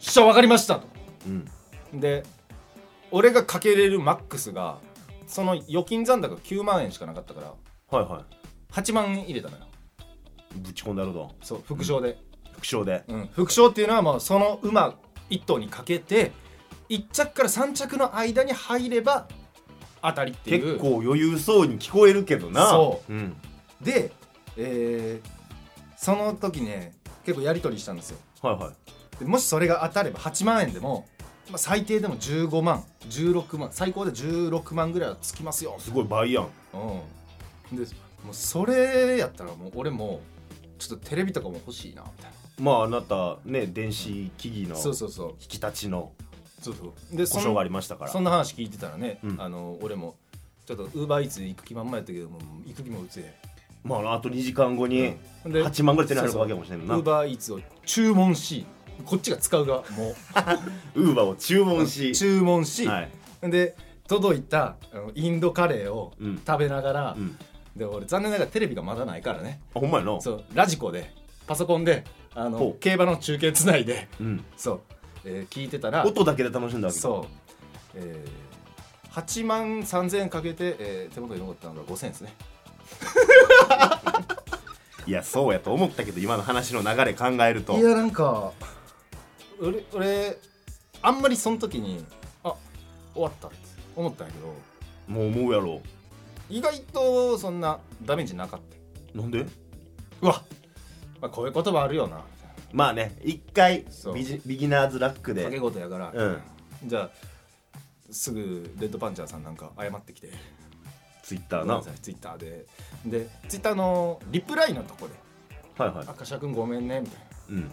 [SPEAKER 2] っしゃ分かりましたと
[SPEAKER 1] うん
[SPEAKER 2] で俺がかけれるマックスがその預金残高が9万円しかなかったから
[SPEAKER 1] はいは
[SPEAKER 2] 8万円入れたのよ
[SPEAKER 1] いぶち込んだろうと
[SPEAKER 2] そう副賞で、
[SPEAKER 1] 副賞で
[SPEAKER 2] うん副賞っていうのはもうその馬1頭にかけて1着から3着の間に入れば当たりっていう
[SPEAKER 1] 結構余裕そうに聞こえるけどな、
[SPEAKER 2] そう
[SPEAKER 1] ん、
[SPEAKER 2] で、えーその時ね結構やり取りしたんですよ
[SPEAKER 1] はいはい
[SPEAKER 2] でもしそれが当たれば8万円でも、まあ、最低でも15万16万最高で16万ぐらいはつきますよ
[SPEAKER 1] すごい倍やん
[SPEAKER 2] うん、でもうそれやったらもう俺もちょっとテレビとかも欲しいなみたいな
[SPEAKER 1] まああなたね電子機器の
[SPEAKER 2] そう
[SPEAKER 1] 引
[SPEAKER 2] そうそう
[SPEAKER 1] き立ちの
[SPEAKER 2] そうそうで
[SPEAKER 1] 故
[SPEAKER 2] そ
[SPEAKER 1] 障があ
[SPEAKER 2] ん
[SPEAKER 1] りましたから
[SPEAKER 2] そんな話聞いてたらね、
[SPEAKER 1] うん
[SPEAKER 2] あの俺もちょっとウーバーイーツ行く気満々やったけども行く気もうつえ
[SPEAKER 1] まああと2時間後に
[SPEAKER 2] うんで
[SPEAKER 1] 8万ぐらい手に入るわけかもしれん
[SPEAKER 2] ウ
[SPEAKER 1] もん
[SPEAKER 2] ー
[SPEAKER 1] な
[SPEAKER 2] バーイーツを注文しこっちが使うがも
[SPEAKER 1] ウーバーを注文
[SPEAKER 2] う
[SPEAKER 1] し
[SPEAKER 2] 注文し、
[SPEAKER 1] はい
[SPEAKER 2] で届いたあのインドカレーを
[SPEAKER 1] うん
[SPEAKER 2] 食べながら、
[SPEAKER 1] うん
[SPEAKER 2] で俺残念ながらテレビがまだないからね
[SPEAKER 1] あほんまやな
[SPEAKER 2] そうラジコでパソコンであ
[SPEAKER 1] ほ
[SPEAKER 2] の
[SPEAKER 1] う
[SPEAKER 2] 競馬の中継つないで
[SPEAKER 1] うん
[SPEAKER 2] そう、えー聞いてたら
[SPEAKER 1] 音だけで楽しんだわけか
[SPEAKER 2] そう、えー、8万3000円かけて、えー手元に残ったのが5000円ですね
[SPEAKER 1] いやそうやと思ったけど今の話の流れ考えると
[SPEAKER 2] いやなんか俺俺あんまりその時にあ終わったって思ったんやけど
[SPEAKER 1] もう思うやろ
[SPEAKER 2] 意外とそんなダメージなかった
[SPEAKER 1] なんで
[SPEAKER 2] うわ、まあ、こういう言葉あるよな
[SPEAKER 1] まあね一回
[SPEAKER 2] そう
[SPEAKER 1] ビジビギナーズラック
[SPEAKER 2] 掛け
[SPEAKER 1] で
[SPEAKER 2] 事やから、
[SPEAKER 1] うん
[SPEAKER 2] じゃあすぐレッドパンチャーさんなんか謝ってきて
[SPEAKER 1] ツイッター
[SPEAKER 2] ご
[SPEAKER 1] な
[SPEAKER 2] めん
[SPEAKER 1] は
[SPEAKER 2] なさいツイッターででツイッターのリプライのとこで
[SPEAKER 1] いはい
[SPEAKER 2] 「赤シャ君ごめんね」みたいな
[SPEAKER 1] うん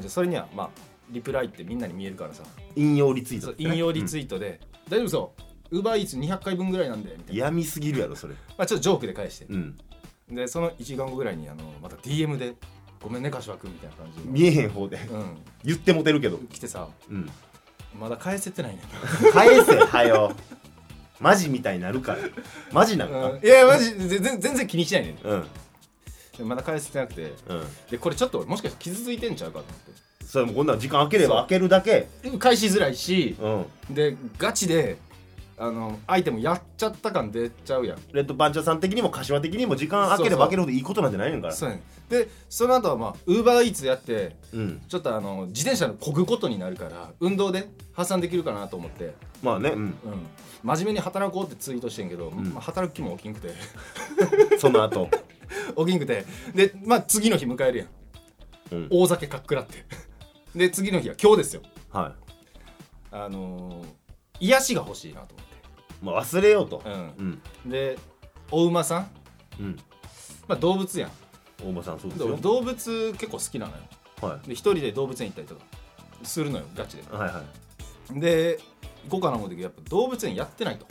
[SPEAKER 2] じゃあそれにはまあリプライってみんなに見えるからさ
[SPEAKER 1] 引用リツイート
[SPEAKER 2] そう
[SPEAKER 1] ってね、
[SPEAKER 2] 引用リツイートで「大丈夫そうウーバーイーツ200回分ぐらいなんで」みた
[SPEAKER 1] うん
[SPEAKER 2] いな、
[SPEAKER 1] やみすぎるやろそれ
[SPEAKER 2] まあ、ちょっとジョークで返して
[SPEAKER 1] うん
[SPEAKER 2] でその1時間後ぐらいにあのまた DM で「ごめんね柏君」みたいな感じの
[SPEAKER 1] 見えへん方で
[SPEAKER 2] う
[SPEAKER 1] 言ってもてるけど
[SPEAKER 2] ん来てさ
[SPEAKER 1] うん
[SPEAKER 2] まだ返せてないね
[SPEAKER 1] (laughs)
[SPEAKER 2] ん
[SPEAKER 1] 返せはよマジみたいになるからマジなんか
[SPEAKER 2] いやマジ全然全然気にしないねん
[SPEAKER 1] うん
[SPEAKER 2] でまだ返せてなくて
[SPEAKER 1] うん
[SPEAKER 2] でこれちょっともしかして傷ついてんちゃうかと思って
[SPEAKER 1] それもうこんなん時間空ければ
[SPEAKER 2] そう
[SPEAKER 1] 空けるだけ
[SPEAKER 2] で返しづらいし
[SPEAKER 1] うん
[SPEAKER 2] でガチであのアイテムやっちゃった感出ちゃうやん
[SPEAKER 1] レッドパンチャーさん的にも柏的にも時間空ければ空けるほどいいことなんじゃないのから
[SPEAKER 2] そうやねんでその後はまあウーバーイーツやって
[SPEAKER 1] うん
[SPEAKER 2] ちょっとあの自転車のこぐことになるから運動で破産できるかなと思って、
[SPEAKER 1] まあねうん
[SPEAKER 2] うん、真面目に働こうってツイートしてんけど、
[SPEAKER 1] ん
[SPEAKER 2] まあ、働く気も起きんくて
[SPEAKER 1] (laughs)
[SPEAKER 2] (laughs)
[SPEAKER 1] その後
[SPEAKER 2] 起きんくてでまあ次の日迎えるや
[SPEAKER 1] う
[SPEAKER 2] ん、
[SPEAKER 1] ん
[SPEAKER 2] 大酒かっくらってで次の日は今日ですよ
[SPEAKER 1] は
[SPEAKER 2] あのー癒しが欲しいなと思
[SPEAKER 1] いまあ忘れようと
[SPEAKER 2] って、
[SPEAKER 1] うん
[SPEAKER 2] うん、でお馬さん、
[SPEAKER 1] うん
[SPEAKER 2] まあ、動物やん
[SPEAKER 1] 大場さんそうです
[SPEAKER 2] で
[SPEAKER 1] よ
[SPEAKER 2] 俺動物結構好きなのよ
[SPEAKER 1] は
[SPEAKER 2] で一人で動物園行ったりとかするのよガチで
[SPEAKER 1] いはいはい
[SPEAKER 2] で行こうかな思う時やっぱ動物園やってないと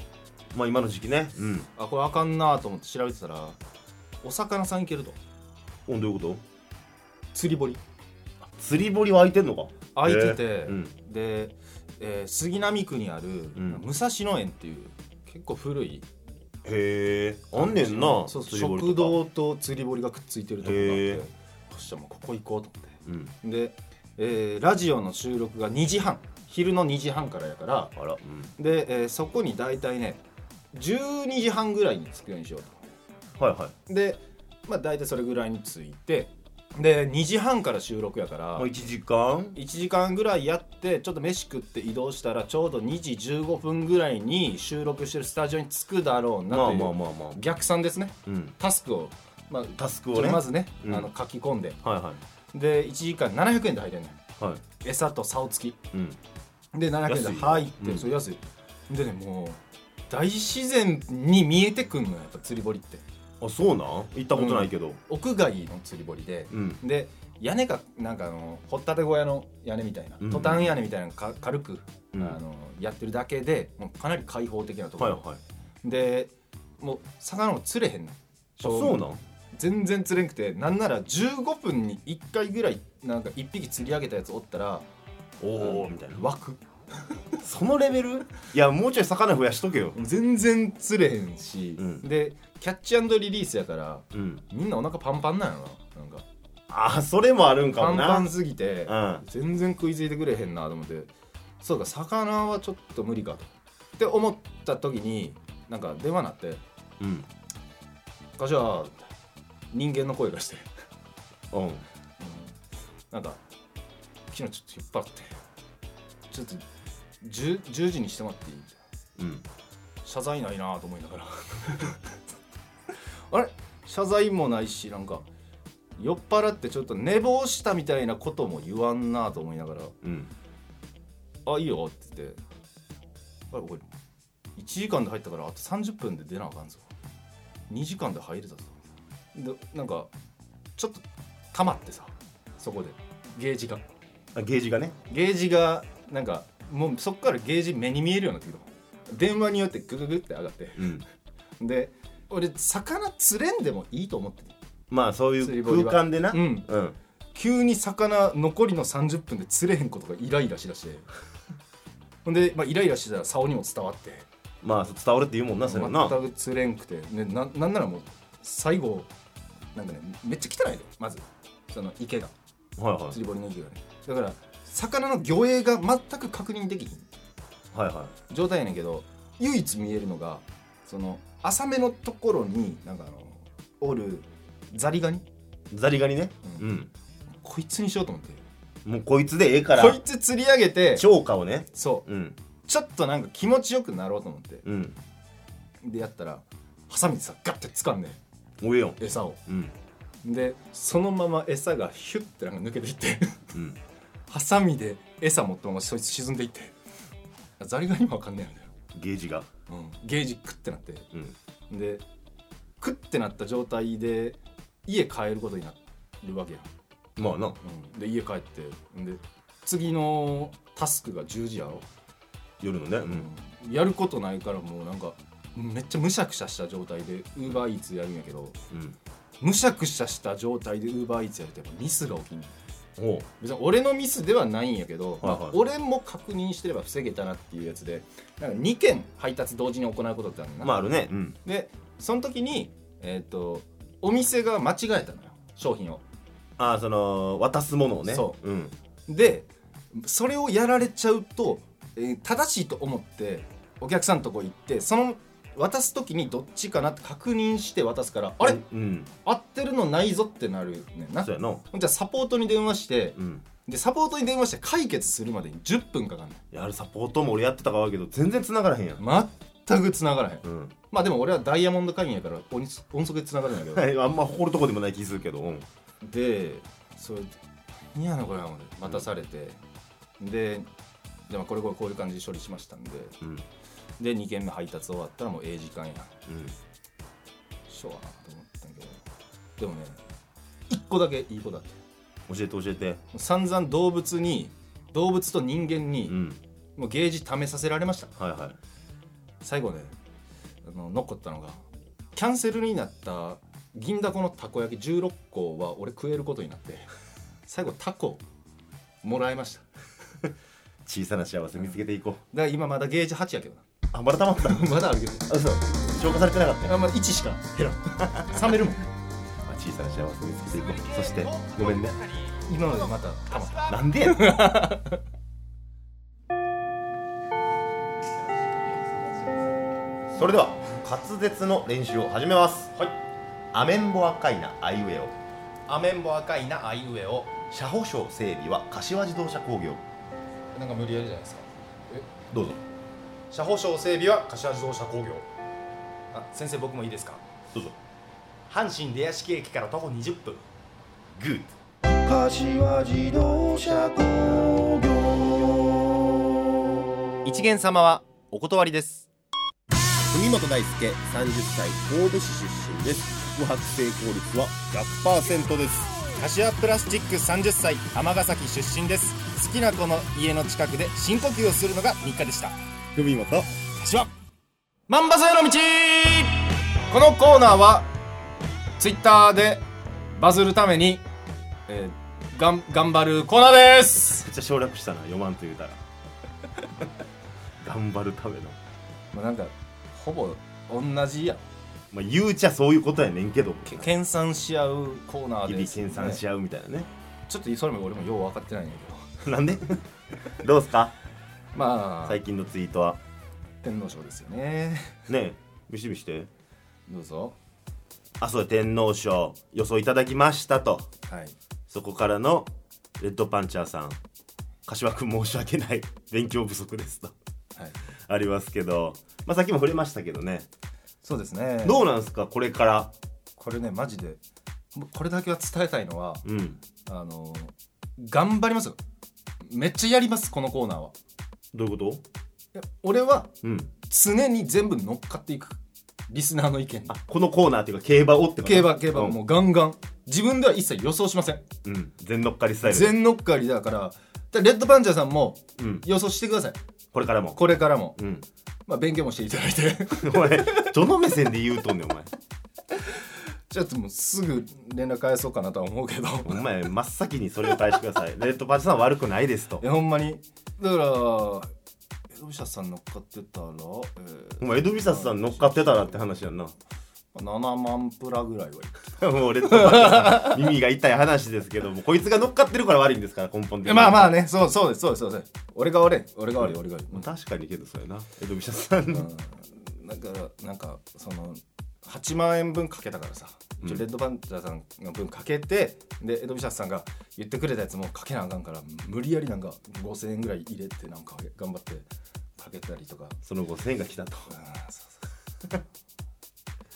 [SPEAKER 1] まあ今の時期ねうん
[SPEAKER 2] あこれあかんなと思って調べてたらお魚さん行けると
[SPEAKER 1] おどういうこと
[SPEAKER 2] 釣り堀
[SPEAKER 1] 釣り堀は空いてんのか
[SPEAKER 2] 空いてて、
[SPEAKER 1] えーうん
[SPEAKER 2] で、えー杉並区にある、
[SPEAKER 1] ん
[SPEAKER 2] 武蔵野園っていう結構古い
[SPEAKER 1] へえあんねんな
[SPEAKER 2] そうそう
[SPEAKER 1] 釣り堀とか
[SPEAKER 2] 食堂と釣り堀がくっついてるところがあって
[SPEAKER 1] へー
[SPEAKER 2] そしたらもうここ行こうと思
[SPEAKER 1] うん
[SPEAKER 2] ってで、えーラジオの収録が2時半昼の2時半からやから
[SPEAKER 1] あらうん
[SPEAKER 2] で、えーそこに大体ね12時半ぐらいに着くようにしようと
[SPEAKER 1] はいはい
[SPEAKER 2] でまあ大体それぐらいに着いてで2時半から収録やから
[SPEAKER 1] もう1時間
[SPEAKER 2] 1時間ぐらいやってちょっと飯食って移動したらちょうど2時15分ぐらいに収録してるスタジオに着くだろうな
[SPEAKER 1] ま
[SPEAKER 2] と
[SPEAKER 1] あ
[SPEAKER 2] いう、
[SPEAKER 1] まあまあまあ
[SPEAKER 2] 逆算ですね
[SPEAKER 1] うん
[SPEAKER 2] タスクを、まあ、
[SPEAKER 1] タスクをね
[SPEAKER 2] まずね、
[SPEAKER 1] うん
[SPEAKER 2] あの書き込んで
[SPEAKER 1] はいは
[SPEAKER 2] で1時間700円で入れんねん
[SPEAKER 1] いはい
[SPEAKER 2] 餌と竿付き
[SPEAKER 1] うん
[SPEAKER 2] で700円で
[SPEAKER 1] 安い
[SPEAKER 2] 入って
[SPEAKER 1] うん
[SPEAKER 2] そう安いでねもう大自然に見えてくんのよやっぱ釣り堀って
[SPEAKER 1] あそうなん行ったことないけど
[SPEAKER 2] 屋外の釣り堀で、
[SPEAKER 1] うん
[SPEAKER 2] で屋根かなんかあの掘ったて小屋の屋根みたいな、
[SPEAKER 1] うん
[SPEAKER 2] トタン屋根みたいなのか軽く、
[SPEAKER 1] うん
[SPEAKER 2] あのやってるだけでもうかなり開放的なとこ
[SPEAKER 1] はい
[SPEAKER 2] ろ、
[SPEAKER 1] はいあ
[SPEAKER 2] でもう魚も釣れへんの
[SPEAKER 1] そうなん
[SPEAKER 2] 全然釣れんくてなんなら15分に1回ぐらいなんか1匹釣り上げたやつおったら
[SPEAKER 1] おおみたいな
[SPEAKER 2] 湧く
[SPEAKER 1] (laughs) そのレベルいやもうちょい魚増やしとけよ
[SPEAKER 2] 全然釣れへんし、
[SPEAKER 1] うん
[SPEAKER 2] でキャッチリリースやから
[SPEAKER 1] うん
[SPEAKER 2] みんなお腹パンパンなんやろななんか
[SPEAKER 1] あそれもあるんか
[SPEAKER 2] パ
[SPEAKER 1] も
[SPEAKER 2] ン
[SPEAKER 1] な
[SPEAKER 2] パンすぎて、
[SPEAKER 1] うん
[SPEAKER 2] 全然食いついてくれへんなと思ってそうか魚はちょっと無理かとって思った時になんか電話なって
[SPEAKER 1] うん
[SPEAKER 2] 「柏人間の声がして (laughs)
[SPEAKER 1] うん
[SPEAKER 2] なんか昨日ちょっと引っ張ってちょっと 10, 10時にしてもらっていい?」みたいな
[SPEAKER 1] うん
[SPEAKER 2] 謝罪ないなと思いながら (laughs) あれ謝罪もないしなんか酔っ払ってちょっと寝坊したみたいなことも言わんなと思いながら
[SPEAKER 1] うん
[SPEAKER 2] 「あいいよ」って言って「あれこれ1時間で入ったからあと30分で出なあかんぞ2時間で入れたぞ」でなんかちょっと溜まってさそこでゲージが
[SPEAKER 1] あゲージがね
[SPEAKER 2] ゲージがなんかもうそっからゲージ目に見えるようになってきた電話によってグググって上がって
[SPEAKER 1] うん
[SPEAKER 2] で俺魚釣れんでもいいと思ってて
[SPEAKER 1] まあそう
[SPEAKER 2] 釣
[SPEAKER 1] い
[SPEAKER 2] り
[SPEAKER 1] う
[SPEAKER 2] 堀
[SPEAKER 1] 空
[SPEAKER 2] は
[SPEAKER 1] 間でな
[SPEAKER 2] うん
[SPEAKER 1] うん
[SPEAKER 2] 急に魚残りの30分で釣れへんことがイライラしだしてほんで、まあ、イライラしてたら竿にも伝わって
[SPEAKER 1] まあ伝わるって言うもんなそれはな
[SPEAKER 2] 全く釣れんくて、ね、ななんならもう最後なんかねめっちゃ汚いでまずその池が
[SPEAKER 1] はいはい
[SPEAKER 2] 釣り堀の池がねだから魚の魚影が全く確認できひん
[SPEAKER 1] はいはい
[SPEAKER 2] 状態やねんけど唯一見えるのがその浅めのところになんかあのおるザリガニ
[SPEAKER 1] ザリガニね
[SPEAKER 2] う
[SPEAKER 1] うん
[SPEAKER 2] こいつにしようと思って
[SPEAKER 1] もうこいつでええか
[SPEAKER 2] こ
[SPEAKER 1] ら
[SPEAKER 2] いつ釣り上げて
[SPEAKER 1] 超過をね
[SPEAKER 2] そ
[SPEAKER 1] うん
[SPEAKER 2] うちょっとなんか気持ちよくなろうと思って
[SPEAKER 1] うん
[SPEAKER 2] でやったらハサミでさガッて掴んで
[SPEAKER 1] おえよ
[SPEAKER 2] 餌を
[SPEAKER 1] うん
[SPEAKER 2] でそのまま餌がヒュッてなんか抜けていって (laughs)
[SPEAKER 1] うん
[SPEAKER 2] ハサミで餌持ったままそいつ沈んでいってザリガニもわかんないんだよ、
[SPEAKER 1] ゲージが
[SPEAKER 2] うん、ゲージクってなって
[SPEAKER 1] うん
[SPEAKER 2] でクッてなった状態で家帰ることになるわけやん
[SPEAKER 1] まあな
[SPEAKER 2] うん、で家帰ってで次のタスクが10時やろ、
[SPEAKER 1] 夜のねうん
[SPEAKER 2] やることないからもうなんかめっちゃむしゃくしゃした状態で UberEats やるんやけど
[SPEAKER 1] うん
[SPEAKER 2] むしゃくしゃした状態で UberEats やるとやっぱミスが起きんねん
[SPEAKER 1] おう
[SPEAKER 2] 別に俺のミスではないんやけど、
[SPEAKER 1] はいはい
[SPEAKER 2] まあ俺も確認してれば防げたなっていうやつでなんか2件配達同時に行うことってあるんだな、
[SPEAKER 1] まああるねうん
[SPEAKER 2] でその時に、えー、とお店が間違えたのよ商品を
[SPEAKER 1] ああその渡すものをね、
[SPEAKER 2] そう
[SPEAKER 1] うん、
[SPEAKER 2] でそれをやられちゃうと、えー正しいと思ってお客さんのとこ行ってその渡す時にどっちかなって確認して渡すからあれ
[SPEAKER 1] うん
[SPEAKER 2] 合ってるのないぞってなるねんな
[SPEAKER 1] そうやな
[SPEAKER 2] ほんじゃサポートに電話して
[SPEAKER 1] うん
[SPEAKER 2] でサポートに電話して解決するまでに10分かかんね
[SPEAKER 1] いやあれサポートも俺やってたからやけど全然繋がらへんやん、
[SPEAKER 2] ん全く繋がらへん
[SPEAKER 1] うん、 (laughs)
[SPEAKER 2] まあでも俺はダイヤモンド会員やから音音速で繋がるんだけど
[SPEAKER 1] はいあんま誇るとこでもない気するけど、うん、
[SPEAKER 2] でそれ何やのこれは思って待たされて、ででもこれこれこういう感じで処理しましたんで
[SPEAKER 1] うんうん
[SPEAKER 2] で2件目配達終わったらもうええ時間やしょうがなと思ったんやけどでもね1個だけいいことだった
[SPEAKER 1] 教えて教えて
[SPEAKER 2] 散々動物に動物と人間に、
[SPEAKER 1] うん
[SPEAKER 2] もうゲージ貯めさせられました
[SPEAKER 1] はいはい
[SPEAKER 2] 最後ねあの残ったのがキャンセルになった銀だこのたこ焼き16個は俺食えることになって (laughs) 最後タコもらえましただか
[SPEAKER 1] 小さな幸せ見つけていこ
[SPEAKER 2] ら今まだゲージ8やけど
[SPEAKER 1] うあまだ溜まった
[SPEAKER 2] な (laughs) まだあるけど
[SPEAKER 1] あそう消化されてなかったよ
[SPEAKER 2] あまだ1しか減らん冷めるもん (laughs)
[SPEAKER 1] まあ小さな幸せ見つけていこうそしてごめんね
[SPEAKER 2] 今までまたたまった
[SPEAKER 1] なんでや (laughs) それでは滑舌の練習を始めます
[SPEAKER 2] はい
[SPEAKER 1] アメンボ赤いなアイウェオ
[SPEAKER 2] アメンボ赤いなあいうえを
[SPEAKER 1] 車保証整備は柏自動車工業
[SPEAKER 2] なんか無理やりじゃないですか
[SPEAKER 1] どうぞ
[SPEAKER 2] 車保証整備は柏自動車工業あ先生僕もいいですか
[SPEAKER 1] どうぞ
[SPEAKER 2] 阪神出屋敷駅から徒歩20分
[SPEAKER 1] グッ
[SPEAKER 3] 柏自動車工業
[SPEAKER 4] 一元様はお断りです
[SPEAKER 5] 文本大輔30歳神戸市出身です宿泊成功率は100%です
[SPEAKER 4] 柏プラスチック30歳尼崎出身です好きな子の家の近くで深呼吸をするのが日課でした
[SPEAKER 5] 文本
[SPEAKER 2] 万馬への道このコーナーはツイッターでバズるために、えー、がん頑張るコーナーです、
[SPEAKER 1] めっちゃ省略したな読まんと言うたら (laughs) 頑張るための
[SPEAKER 2] まあ、なんかほぼ同じや
[SPEAKER 1] まあ言うちゃそういうことやねんけど
[SPEAKER 2] け
[SPEAKER 1] 日
[SPEAKER 2] 研鑽し合うコーナー
[SPEAKER 1] 々
[SPEAKER 2] です、
[SPEAKER 1] 研鑽し
[SPEAKER 2] 合
[SPEAKER 1] 合うみたいな (laughs) ね
[SPEAKER 2] うちょっとそれも俺もよう分かってないんだけど
[SPEAKER 1] なん (laughs) でどうすか
[SPEAKER 2] まあ
[SPEAKER 1] 最近のツイートは
[SPEAKER 2] 天皇賞ですよね
[SPEAKER 1] ねえ見して見して
[SPEAKER 2] どうぞ
[SPEAKER 1] あそう天皇賞予想いただきましたと
[SPEAKER 2] はい
[SPEAKER 1] そこからのレッドパンチャーさん柏君申し訳ない (laughs) 勉強不足ですと
[SPEAKER 2] はい
[SPEAKER 1] ありますけどまあさっきも触れましたけどね
[SPEAKER 2] そうですね
[SPEAKER 1] どうなんすかこれから
[SPEAKER 2] これねマジでもうこれだけは伝えたいのは
[SPEAKER 1] うん
[SPEAKER 2] あの頑張りますよめっちゃやりますこのコーナーは
[SPEAKER 1] どういうこと
[SPEAKER 2] いや俺は
[SPEAKER 1] うん
[SPEAKER 2] 常に全部乗っかっていくリスナーの意見に
[SPEAKER 1] あこのコーナーっていうか競馬をってこと
[SPEAKER 2] 競馬競馬
[SPEAKER 1] うん
[SPEAKER 2] もうガンガン自分では一切予想しません
[SPEAKER 1] うん全乗っかりスタイル
[SPEAKER 2] 全乗っかりだからだからレッドパンチャーさんも
[SPEAKER 1] うん
[SPEAKER 2] 予想してください
[SPEAKER 1] これからも
[SPEAKER 2] これからも、
[SPEAKER 1] うん (laughs)
[SPEAKER 2] まあ、勉強もしていただいて (laughs)
[SPEAKER 1] お前どの目線で言うとんねんお前
[SPEAKER 2] ちょっともうすぐ連絡返そうかなとは思うけど
[SPEAKER 1] お前真っ先にそれを返してくださいレッドパンチャーさん悪くないですと
[SPEAKER 2] いやほんまにだから江戸武者さん乗っかってたら、えー
[SPEAKER 1] お前エドビサスさん乗っかってたらって話やんな
[SPEAKER 2] 7万プラぐらいはい
[SPEAKER 1] (laughs)
[SPEAKER 2] く
[SPEAKER 1] もうレッドパンチャーさん耳が痛い話ですけどもこいつが乗っかってるから悪いんですから根本的に
[SPEAKER 2] まあま
[SPEAKER 1] あ
[SPEAKER 2] あねそうそうですそうですそうです俺が悪い俺が悪い俺が悪い、
[SPEAKER 1] 確かにけどそうやなエドビサスさん
[SPEAKER 2] うんなんかなんかその8万円分かけたからさ、一応レッドパンチャーさんの分かけてでエドビシャスさんが言ってくれたやつもかけなあかんから無理やりなんか5,000円ぐらい入れてなんか頑張ってかけたりとか、
[SPEAKER 1] (laughs) その後1000が来たと
[SPEAKER 2] うんそうそう (laughs)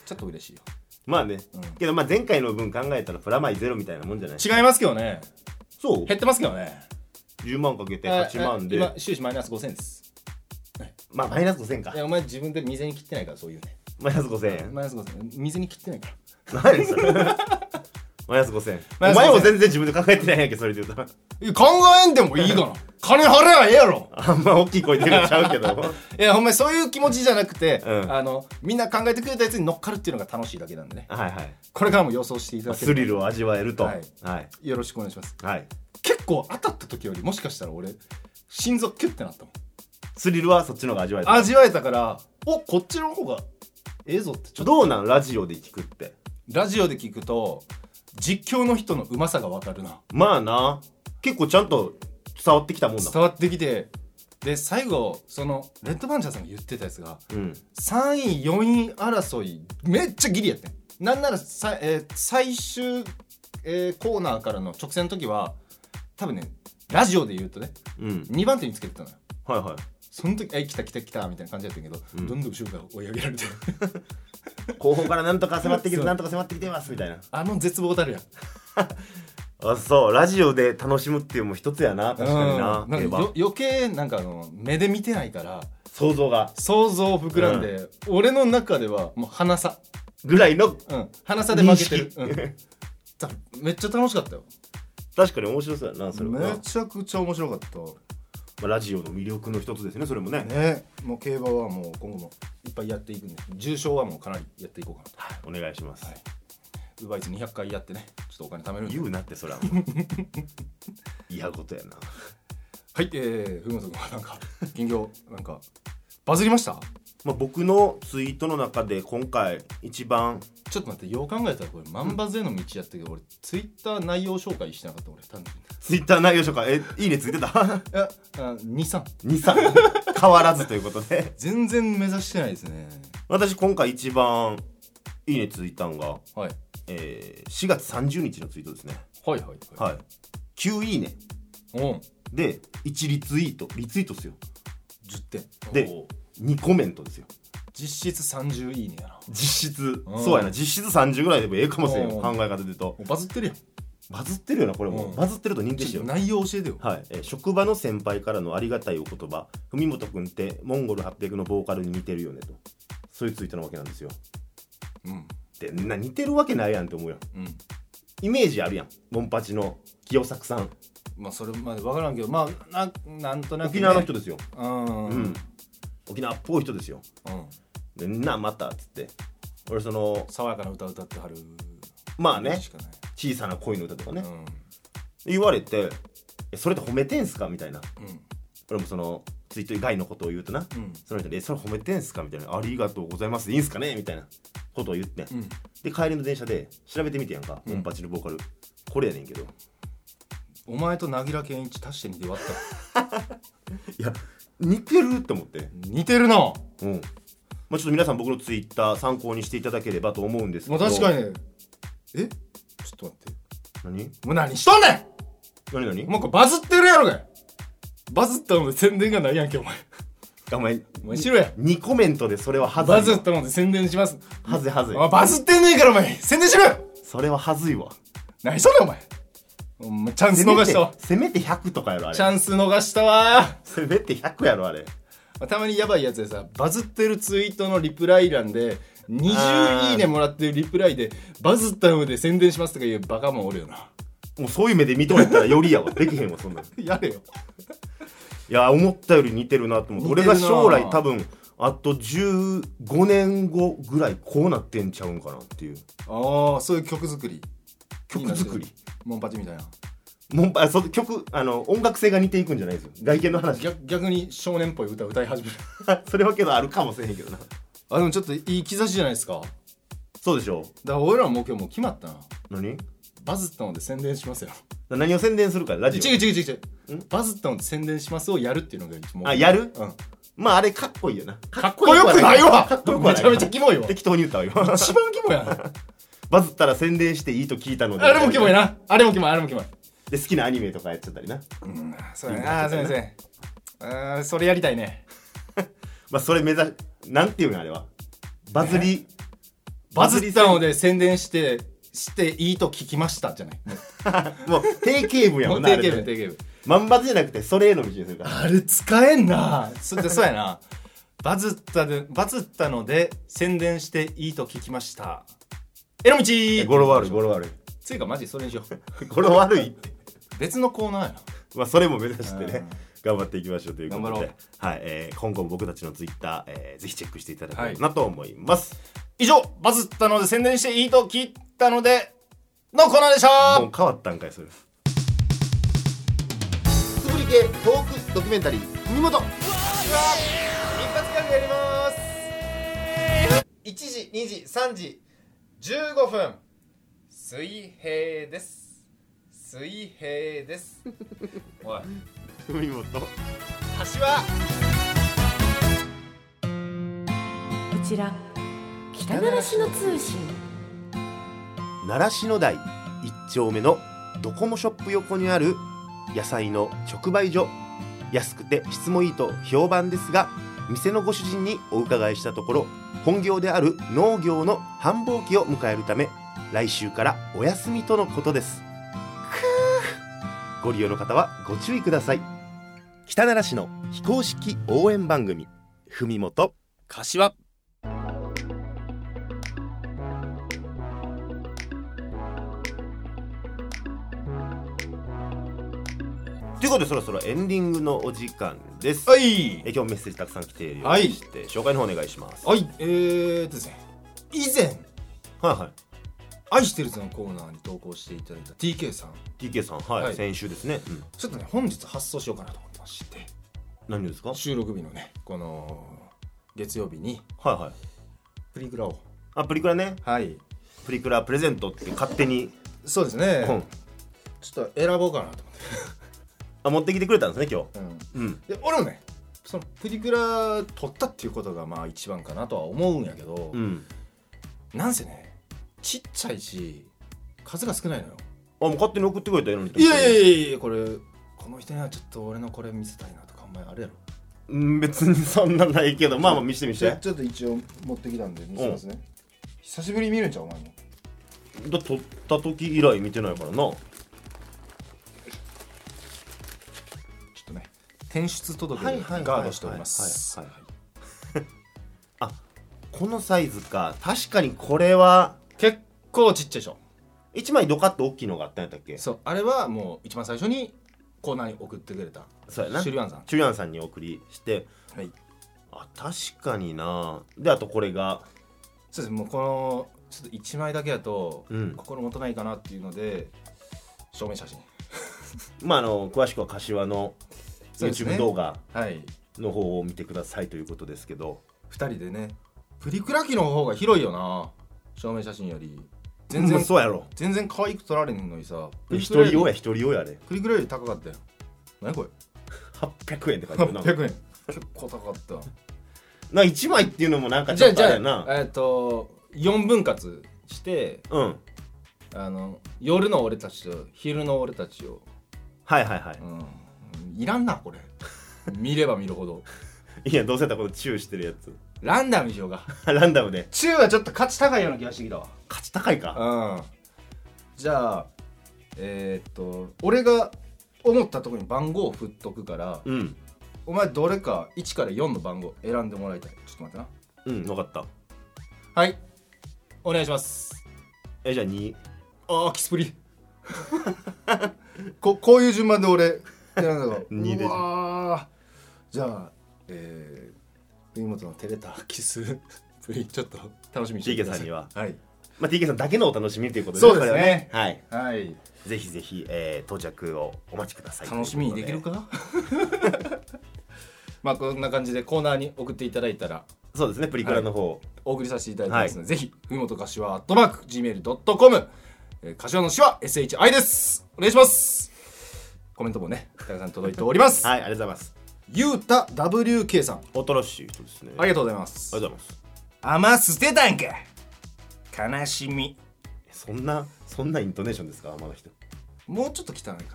[SPEAKER 2] ちょっと嬉しいよ
[SPEAKER 1] まあねけどまあ前回の分考えたらプラマイゼロみたいなもんじゃない
[SPEAKER 2] 違いますけどね
[SPEAKER 1] そう
[SPEAKER 2] 減ってますけどね
[SPEAKER 1] 10万かけて8万
[SPEAKER 2] ええ今
[SPEAKER 1] で
[SPEAKER 2] 収支マイナス5,000円です
[SPEAKER 1] まあマイナス5000か
[SPEAKER 2] いやお前自分で水に切ってないからそういうね
[SPEAKER 1] (laughs) マイナス5000円
[SPEAKER 2] (laughs) マイナス5,000円水に切ってないから
[SPEAKER 1] 何それマイナス5000
[SPEAKER 2] マ
[SPEAKER 1] お
[SPEAKER 2] イナス5000
[SPEAKER 1] 前も全然自分で考えてないやんけそれで言うと
[SPEAKER 2] いや考えんでもいいがな金払えばええやろ
[SPEAKER 1] あんま大きい声出るんちゃう
[SPEAKER 2] (laughs)
[SPEAKER 1] けど
[SPEAKER 2] いやほんまにそういう気持ちじゃなくて、
[SPEAKER 1] うん
[SPEAKER 2] あのみんな考えてくれたやつに乗っかるっていうのが楽しいだけなんでね
[SPEAKER 1] はいはい
[SPEAKER 2] これからも予想していただけ
[SPEAKER 1] ス
[SPEAKER 2] れ
[SPEAKER 1] リルを味わえるとは
[SPEAKER 2] はいい
[SPEAKER 1] はい、
[SPEAKER 2] ばよろしくお願いします結構当たった時よりもしかしたら俺心臓キュッてなったもん
[SPEAKER 1] スリルはそっちの方が味わえる
[SPEAKER 2] 味わえたからおこっちの方がええぞってちょっと
[SPEAKER 1] どうなんラジオで聞くって
[SPEAKER 2] ラジオで聞くと実況の人のうまさがわかるな
[SPEAKER 1] まあな結構ちゃんと伝わってきたもんだ
[SPEAKER 2] 伝わってきてで最後そのレッドパンチャーさんが言ってたやつが
[SPEAKER 1] うん
[SPEAKER 2] 3位4位争いめっちゃギリやってんなんならさ、えー最終、えーコーナーからの直線の時は多分ねラジオで言うとね
[SPEAKER 1] うん
[SPEAKER 2] 2番手につけてたのよ
[SPEAKER 1] はいはい
[SPEAKER 2] その時「え来た来た来た」みたいな感じやったけど、
[SPEAKER 1] うん
[SPEAKER 2] どんどん後ろから追い上げられて (laughs)
[SPEAKER 1] 後方からなんとか迫ってきて
[SPEAKER 2] そう
[SPEAKER 1] なんとか迫ってきてますみたいな
[SPEAKER 2] あの絶望たるやん
[SPEAKER 1] あそうラジオで楽しむっていうのも一つやな確かにな,、
[SPEAKER 2] うん、なんかよ余計なんかあの目で見てないから
[SPEAKER 1] 想像が
[SPEAKER 2] 想像膨らんで、俺の中ではもう鼻さ、
[SPEAKER 1] ぐらいの
[SPEAKER 2] うん、鼻さで負け
[SPEAKER 1] (laughs)
[SPEAKER 2] てる、うんだめっちゃ楽しかったよ
[SPEAKER 1] 確かに面白そうやなそれはな、
[SPEAKER 2] め
[SPEAKER 1] ま
[SPEAKER 2] ちゃくちゃ面白かった
[SPEAKER 1] あ、ラジオの魅力の一つですねそれもね
[SPEAKER 2] ねもう競馬はもう今後もいっぱいやっていくんで重賞はもうかなりやっていこうかな
[SPEAKER 1] お願いします、
[SPEAKER 2] はいとウーバーイーツ200回やってねちょっとお金貯めるんで
[SPEAKER 1] 言うなってそれは (laughs) 嫌ことやな
[SPEAKER 2] はいえー風磨君はなんか金魚なんかバズりました
[SPEAKER 1] まあ、僕のツイートの中で今回一番
[SPEAKER 2] ちょっと待ってよう考えたらこれ万馬税の道やったけど俺ツイッター内容紹介してなかった俺単純に
[SPEAKER 1] ツイッター内容書かえいいねついてた (laughs)
[SPEAKER 2] いやあ23
[SPEAKER 1] 23変わらずということで
[SPEAKER 2] 全然目指してないですね
[SPEAKER 1] 私今回一番いいねついたんが、
[SPEAKER 2] はい
[SPEAKER 1] えー4月30日のツイートですね
[SPEAKER 2] はいはいはい
[SPEAKER 1] はい9いいね
[SPEAKER 2] うん
[SPEAKER 1] で1リツイートリツイートっすよ
[SPEAKER 2] 10点
[SPEAKER 1] で
[SPEAKER 2] おう
[SPEAKER 1] 2コメントですよ
[SPEAKER 2] 実質30いいねやなも
[SPEAKER 1] 実質
[SPEAKER 2] うん
[SPEAKER 1] そうやな実質30ぐらいでもええかもしれんよ
[SPEAKER 2] うん
[SPEAKER 1] 考え方で言うと
[SPEAKER 2] うバズってるやん
[SPEAKER 1] バズってるよなこれも、
[SPEAKER 2] うん
[SPEAKER 1] バズってると認定し
[SPEAKER 2] ち
[SPEAKER 1] よ
[SPEAKER 2] ょっ
[SPEAKER 1] う
[SPEAKER 2] と内容教えてよ
[SPEAKER 1] はい、えー職場の先輩からのありがたいお言葉文本君ってモンゴル800のボーカルに似てるよねとそういうツイートなわけなんですよ
[SPEAKER 2] うん
[SPEAKER 1] でな似てるわけないやんって思うやん
[SPEAKER 2] うん
[SPEAKER 1] イメージあるやんモンパチの清作さん
[SPEAKER 2] まあそれまで分からんけどまあななんとなくね、
[SPEAKER 1] 沖縄の人ですよ、
[SPEAKER 2] うん
[SPEAKER 1] うん沖縄っぽい人ですよ
[SPEAKER 2] うん
[SPEAKER 1] でなまたっつって俺その
[SPEAKER 2] 爽やかな歌歌ってはる
[SPEAKER 1] まあね
[SPEAKER 2] しかない
[SPEAKER 1] 小さな恋の歌とかね、
[SPEAKER 2] うん
[SPEAKER 1] 言われてえそれって褒めてんすかみたいな
[SPEAKER 2] うん
[SPEAKER 1] 俺もそのツイート以外のことを言うとな、
[SPEAKER 2] うん
[SPEAKER 1] その人に「えそれ褒めてんすか?」みたいな「ありがとうございます」いいんすかねみたいなことを言ってん、
[SPEAKER 2] うん
[SPEAKER 1] で帰りの電車で調べてみてやんか、
[SPEAKER 2] うん
[SPEAKER 1] モンパチのボーカルこれやねんけどい
[SPEAKER 2] お前と凪良健一足して2で割った
[SPEAKER 1] (laughs) や似てるって思って
[SPEAKER 2] 似てるなも
[SPEAKER 1] うんまあ、ちょっと皆さん僕のツイッター参考にしていただければと思うんですけ
[SPEAKER 2] う
[SPEAKER 1] ど
[SPEAKER 2] 確かにねえちょっと待って
[SPEAKER 1] 何
[SPEAKER 2] もう何しとんねん
[SPEAKER 1] 何何
[SPEAKER 2] お前これバズってるやろがいバズったので宣伝がないやんけお前
[SPEAKER 1] お前
[SPEAKER 2] お前しろや
[SPEAKER 1] 2コメントでそれははずいわ
[SPEAKER 2] バズったので宣伝します
[SPEAKER 1] はずいはずい
[SPEAKER 2] お前バズってんねえからお前宣伝しろよ
[SPEAKER 1] それははずいわ
[SPEAKER 2] 何しとんねんお前お前チャンス逃したわ
[SPEAKER 1] せめてせめて100とかやろあ
[SPEAKER 2] チャ
[SPEAKER 1] れ
[SPEAKER 2] ンス逃したわ
[SPEAKER 1] せめて100やろあれ
[SPEAKER 2] たまにやばいやつでさバズってるツイートのリプライ欄で
[SPEAKER 1] あー
[SPEAKER 2] 20いいねもらってるリプライでバズったので宣伝しますとかいうバカもんおるよな (laughs)
[SPEAKER 1] もうそういう目で見とれたらよりやわ (laughs) できへんわそんなんい
[SPEAKER 2] やれよ
[SPEAKER 1] や思ったより似てるなと思って
[SPEAKER 2] 似て
[SPEAKER 1] 俺
[SPEAKER 2] るな
[SPEAKER 1] が将来多分あと15年後ぐらいこうなってんちゃうんかなっていう
[SPEAKER 2] ああそういう曲作り
[SPEAKER 1] 曲作り
[SPEAKER 2] モンパチみたいな
[SPEAKER 1] もうあそ曲あの音楽性が似ていくんじゃないですよ外見の話
[SPEAKER 2] 逆逆に少年っぽい歌歌い始める
[SPEAKER 1] (laughs) それはけどあるかもしれへんけどな
[SPEAKER 2] (laughs) あでもちょっといい兆しじゃないですかだか
[SPEAKER 1] そうでしょ
[SPEAKER 2] ら俺らも今日もう決まったな
[SPEAKER 1] 何
[SPEAKER 2] バズったので宣伝しますよ
[SPEAKER 1] 何を宣伝するかラジ
[SPEAKER 2] (laughs) 違う
[SPEAKER 1] オ
[SPEAKER 2] 違う違う違うバズったので宣伝しますをやるっていうのがもう
[SPEAKER 1] あやる
[SPEAKER 2] うん
[SPEAKER 1] まああれかっこいいよなか
[SPEAKER 2] かっこよくないわ
[SPEAKER 1] っこよくは
[SPEAKER 2] め
[SPEAKER 1] ない
[SPEAKER 2] ちゃめちゃキモいわ
[SPEAKER 1] 適当に言ったわ今
[SPEAKER 2] (laughs) 一番キモいやな
[SPEAKER 1] バズったら宣伝していいと聞いたので
[SPEAKER 2] あれもキモいなあれもキモいあれもキモい
[SPEAKER 1] で好きなアニメとかやっちゃったりな
[SPEAKER 2] そうやなあーすいませんあーそれやりたいね
[SPEAKER 1] まあそれ目指なんていうのあれはバズり
[SPEAKER 2] バズったの
[SPEAKER 1] で
[SPEAKER 2] で宣伝してしていいと聞きましたじゃない
[SPEAKER 1] もう定型文や
[SPEAKER 2] (laughs) も
[SPEAKER 1] も
[SPEAKER 2] うん
[SPEAKER 1] な
[SPEAKER 2] 定
[SPEAKER 1] あ
[SPEAKER 2] 型
[SPEAKER 1] れ
[SPEAKER 2] 文
[SPEAKER 1] ね
[SPEAKER 2] 定型
[SPEAKER 1] ま
[SPEAKER 2] 文
[SPEAKER 1] んばつじゃなくてそれへの道にする
[SPEAKER 2] (laughs)
[SPEAKER 1] から
[SPEAKER 2] あれ使えんなそそうやなバズったでバズったので宣伝していいと聞きましたエロミチ
[SPEAKER 1] 語呂悪い語呂悪い
[SPEAKER 2] つうかマジそれにしよう
[SPEAKER 1] これ悪いって
[SPEAKER 2] 別のコーナーやな
[SPEAKER 1] まあそれも目指して
[SPEAKER 2] う
[SPEAKER 1] ね
[SPEAKER 2] ん
[SPEAKER 1] 頑張っていきましょうということ
[SPEAKER 2] 頑張
[SPEAKER 1] で
[SPEAKER 2] ろう、
[SPEAKER 1] はいえー今後も僕たちのツイッター、えーぜひチェックしていただ
[SPEAKER 2] は
[SPEAKER 1] けれ
[SPEAKER 2] い
[SPEAKER 1] ばなと思います、
[SPEAKER 2] 以上バズったので宣伝していいと聞いたのでのコーナーでした
[SPEAKER 1] もう変わったんかいそれ
[SPEAKER 5] つぶり系トークドキュメンタリー文元
[SPEAKER 4] 一発ギャグやります1時2時3時15分水平です水平です
[SPEAKER 2] おい
[SPEAKER 5] 文元
[SPEAKER 4] 橋は
[SPEAKER 6] こちら北鳴らしの通信
[SPEAKER 1] 習志野台1丁目のドコモショップ横にある野菜の直売所安くて質もいいと評判ですが店のご主人にお伺いしたところ本業である農業の繁忙期を迎えるため来週からお休みとのことですご利用の方はご注意ください北奈良市の非公式応援番組「ふみもと
[SPEAKER 4] 柏
[SPEAKER 1] ということでそろそろエンディングのお時間です
[SPEAKER 2] はい
[SPEAKER 1] え今日メッセージたくさん来ているよう
[SPEAKER 2] は
[SPEAKER 1] で
[SPEAKER 2] い
[SPEAKER 1] して、紹介の方お願いします
[SPEAKER 2] はいえーとですね以前
[SPEAKER 1] はいはい
[SPEAKER 2] 「愛してるぜ」のコーナーに投稿していただいた TK さん
[SPEAKER 1] TK さんはい、
[SPEAKER 2] はい
[SPEAKER 1] 先週ですね、うん、
[SPEAKER 2] ちょっとね本日発送しようかなと思ってまして
[SPEAKER 1] 何ですかはい
[SPEAKER 2] 収録日のねこの月曜日に
[SPEAKER 1] はい
[SPEAKER 2] プリクラを
[SPEAKER 1] あプリクラね
[SPEAKER 2] はい
[SPEAKER 1] プリクラプレゼントって勝手に、
[SPEAKER 2] そうですね、
[SPEAKER 1] うん
[SPEAKER 2] ちょっと選ぼうかなと思って
[SPEAKER 1] あ持ってきてくれたんですね今
[SPEAKER 2] うん
[SPEAKER 1] 日うん
[SPEAKER 2] で俺もねそのプリクラ撮ったっていうことがまあ一番かなとは思うんやけど、
[SPEAKER 1] うん
[SPEAKER 2] なんせねちっちゃいし数が少ないのよ
[SPEAKER 1] あもう勝手に送ってくれたらいいのに
[SPEAKER 2] いやい
[SPEAKER 1] や
[SPEAKER 2] やいやいやこれこの人にはちょっと俺のこれ見せたいなとかお前あるやろ
[SPEAKER 1] 別にそんなんないけどまあまあ見して見してだ
[SPEAKER 2] ょっと一応持ってきたんで見
[SPEAKER 1] せます
[SPEAKER 2] ね、久しぶりに見るんじゃうお前も
[SPEAKER 1] 撮った時以来見てないからな
[SPEAKER 2] ちょっとね転出届
[SPEAKER 1] はい
[SPEAKER 2] で
[SPEAKER 1] はいはい
[SPEAKER 2] ガードしております
[SPEAKER 1] はいはいあこのサイズか確かにこれは
[SPEAKER 2] 結構ちっちゃいでしょ
[SPEAKER 1] 一枚ドカッと大きいのがあったんやったっけ
[SPEAKER 2] そうあれはもう一番最初にコーナーに送ってくれた
[SPEAKER 1] そうやな
[SPEAKER 2] シュリアンさん
[SPEAKER 1] チュリアンさんにお送りして
[SPEAKER 2] はい
[SPEAKER 1] あ確かになであとこれが
[SPEAKER 2] そうですもうこのちょっと1枚だけだと
[SPEAKER 1] うん
[SPEAKER 2] 心もとないかなっていうので証明写真
[SPEAKER 1] まああの詳しくは柏の
[SPEAKER 2] そうですね
[SPEAKER 1] YouTube 動画
[SPEAKER 2] はい
[SPEAKER 1] の方を見てくださいということですけど
[SPEAKER 2] 2人でねプリクラ機の方が広いよな証明写真より全
[SPEAKER 1] 全然
[SPEAKER 2] 然
[SPEAKER 1] そうやろ
[SPEAKER 2] 全然可愛く撮られへんのにさ
[SPEAKER 1] 一人用
[SPEAKER 2] よ
[SPEAKER 1] や一人用やで
[SPEAKER 2] プリクラより高かったよ何これ
[SPEAKER 1] 800円って書いてあるな
[SPEAKER 2] 800円結構高かっ
[SPEAKER 1] な1枚っていうのもなんか (laughs)
[SPEAKER 2] た
[SPEAKER 1] ち
[SPEAKER 2] じゃ
[SPEAKER 1] ょ
[SPEAKER 2] あ
[SPEAKER 1] っ
[SPEAKER 2] じ
[SPEAKER 1] とあ
[SPEAKER 2] ゃ
[SPEAKER 1] れ
[SPEAKER 2] あ
[SPEAKER 1] やな
[SPEAKER 2] えっと4分割して
[SPEAKER 1] うん
[SPEAKER 2] あの夜の俺たちと昼の俺たちを
[SPEAKER 1] はいはいは
[SPEAKER 2] うんいらんなこれ見れば見るほど
[SPEAKER 1] いいやどうせやったらこのチューしてるやつ (laughs)
[SPEAKER 2] ランダムにしようか
[SPEAKER 1] ランダムで
[SPEAKER 2] 中はちょっと価値高いような気がしてきた
[SPEAKER 1] 価値高いか
[SPEAKER 2] わうんじゃあえーっと俺が思ったところに番号を振っとくから、
[SPEAKER 1] うん
[SPEAKER 2] お前どれか1から4の番号選んでもらいたいちょっと待ってな
[SPEAKER 1] うん分かった
[SPEAKER 2] はいお願いします
[SPEAKER 1] えじゃあ2
[SPEAKER 2] ああキスプリ (laughs) ここういう順番で俺選んだ (laughs) の
[SPEAKER 1] 二でしょ
[SPEAKER 2] うわーじゃあえー、国本の照れたキスプリちょっと楽しみにしてくだ
[SPEAKER 1] TK
[SPEAKER 2] さい
[SPEAKER 1] さんには
[SPEAKER 2] はい
[SPEAKER 1] まあ TK さんだけのお楽しみということで
[SPEAKER 2] そうですね
[SPEAKER 1] これははい
[SPEAKER 2] はい
[SPEAKER 1] ぜひぜひ、えー、到着をお待ちください
[SPEAKER 2] 楽しみにできるか (laughs) まあこんな感じでコーナーに送っていただいたら
[SPEAKER 1] そうですねプリクラの方、
[SPEAKER 2] お送りさせていただきますので、ぜひ文元柏アットマーク Gmail.com えー柏の詩は SHI ですお願いしますコメントもねたくさん届いております、
[SPEAKER 1] はいありがとうございます
[SPEAKER 2] ゆうた WK さん
[SPEAKER 1] 新しい人ですね
[SPEAKER 2] ありがとうございます
[SPEAKER 1] ありがとうございます
[SPEAKER 2] 甘捨てたんか悲しみ
[SPEAKER 1] そんなそんなイントネーションですか天の人
[SPEAKER 2] もうちょっと汚いかな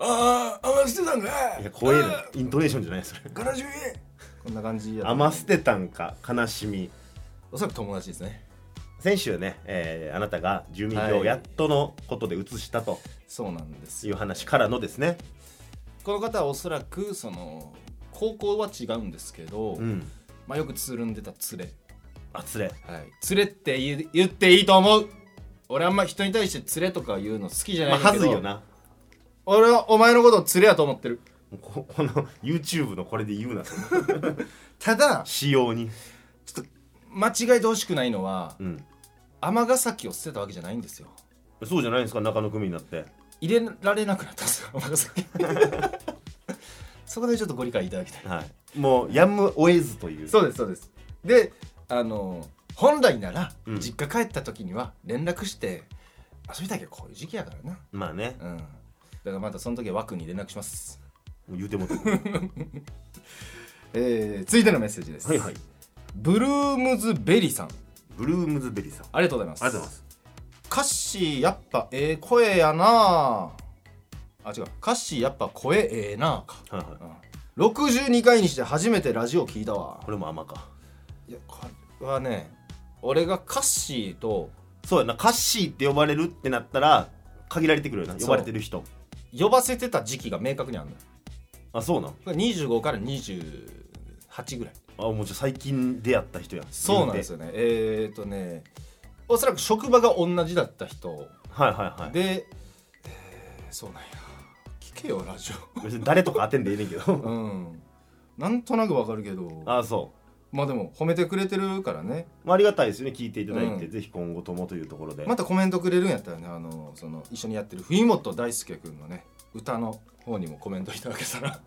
[SPEAKER 2] ああ甘捨てたんか
[SPEAKER 1] いや怖えなイントネーションじゃないそれ
[SPEAKER 2] 悲しみこんな感じやと思う
[SPEAKER 1] 余捨てたんか悲しみ
[SPEAKER 2] おそらく友達ですね
[SPEAKER 1] 先週ね、えーあなたが住民票
[SPEAKER 2] は
[SPEAKER 1] を
[SPEAKER 2] い
[SPEAKER 1] やっとのことで移したと
[SPEAKER 2] そうなんです
[SPEAKER 1] いう話からのですね、
[SPEAKER 2] この方はおそらくその高校は違うんですけど、
[SPEAKER 1] うん
[SPEAKER 2] まあ、よくつるんでた連れ、
[SPEAKER 1] あつれ
[SPEAKER 2] はい、連れって言う言っていいと思う俺あんま人に対して連れとか言うの好きじゃ
[SPEAKER 1] ま
[SPEAKER 2] な
[SPEAKER 1] あは
[SPEAKER 2] いんだけど、
[SPEAKER 1] ずいよな
[SPEAKER 2] 俺はお前のことを連れやと思ってる
[SPEAKER 1] もうここの YouTube のこれで言うなその
[SPEAKER 2] ただ
[SPEAKER 1] 仕様に
[SPEAKER 2] 間違えてほしくないのは
[SPEAKER 1] うん
[SPEAKER 2] 尼崎を捨てたわけじゃないんですよ
[SPEAKER 1] そうじゃないんですか中野組になって
[SPEAKER 2] 入れられなくなったんですよ尼崎 (laughs) そこでちょっとご理解いただきたい
[SPEAKER 1] はいもうやむを得ずという
[SPEAKER 2] そうですそうですであの本来なら
[SPEAKER 1] うん
[SPEAKER 2] 実家帰った時には連絡して、遊びたいけどこういう時期やからな
[SPEAKER 1] まあね
[SPEAKER 2] うんだからまたその時は枠に連絡します
[SPEAKER 1] もう言うてもうて
[SPEAKER 2] えー、続いてのメッセージで
[SPEAKER 1] (laughs)
[SPEAKER 2] す
[SPEAKER 1] はいはい
[SPEAKER 2] ブルームズベリーさん
[SPEAKER 1] ブルームズベリーさんあ
[SPEAKER 2] ありがとうございます
[SPEAKER 1] りがとうございます
[SPEAKER 2] 歌詞やっぱええ声やなあ違う歌詞やっぱ声ええなか、
[SPEAKER 1] はいはい
[SPEAKER 2] うん、62回にして初めてラジオ聞いたわ
[SPEAKER 1] これも甘か
[SPEAKER 2] いやこれはね俺がカッシーと
[SPEAKER 1] そうやなカッシーって呼ばれるってなったら限られてくるよな
[SPEAKER 2] そう
[SPEAKER 1] 呼ばれてる人
[SPEAKER 2] 呼ばせてた時期が明確にあるのよ
[SPEAKER 1] あそうなん
[SPEAKER 2] これ25から28ぐらい
[SPEAKER 1] あもうじゃあ最近出会った人や
[SPEAKER 2] そうなんです
[SPEAKER 1] よ
[SPEAKER 2] よねえー、っとねおそらく職場が同じだった人
[SPEAKER 1] はいはいはい
[SPEAKER 2] で、えーそうなんや聞けよラジ
[SPEAKER 1] 別に誰とか当てんでいいねんけ
[SPEAKER 2] オ
[SPEAKER 1] ど
[SPEAKER 2] うんなんとなくわかるけど
[SPEAKER 1] あそ
[SPEAKER 2] まあでも褒めてくれてるからね
[SPEAKER 1] う、まあ、ありがたいですよね聞いていただいて、
[SPEAKER 2] うん
[SPEAKER 1] ぜひ今後ともというところで、
[SPEAKER 2] またコメントくれるんやったらねあのその一緒にやってる文本大輔君のね歌の方にもコメントいただけたら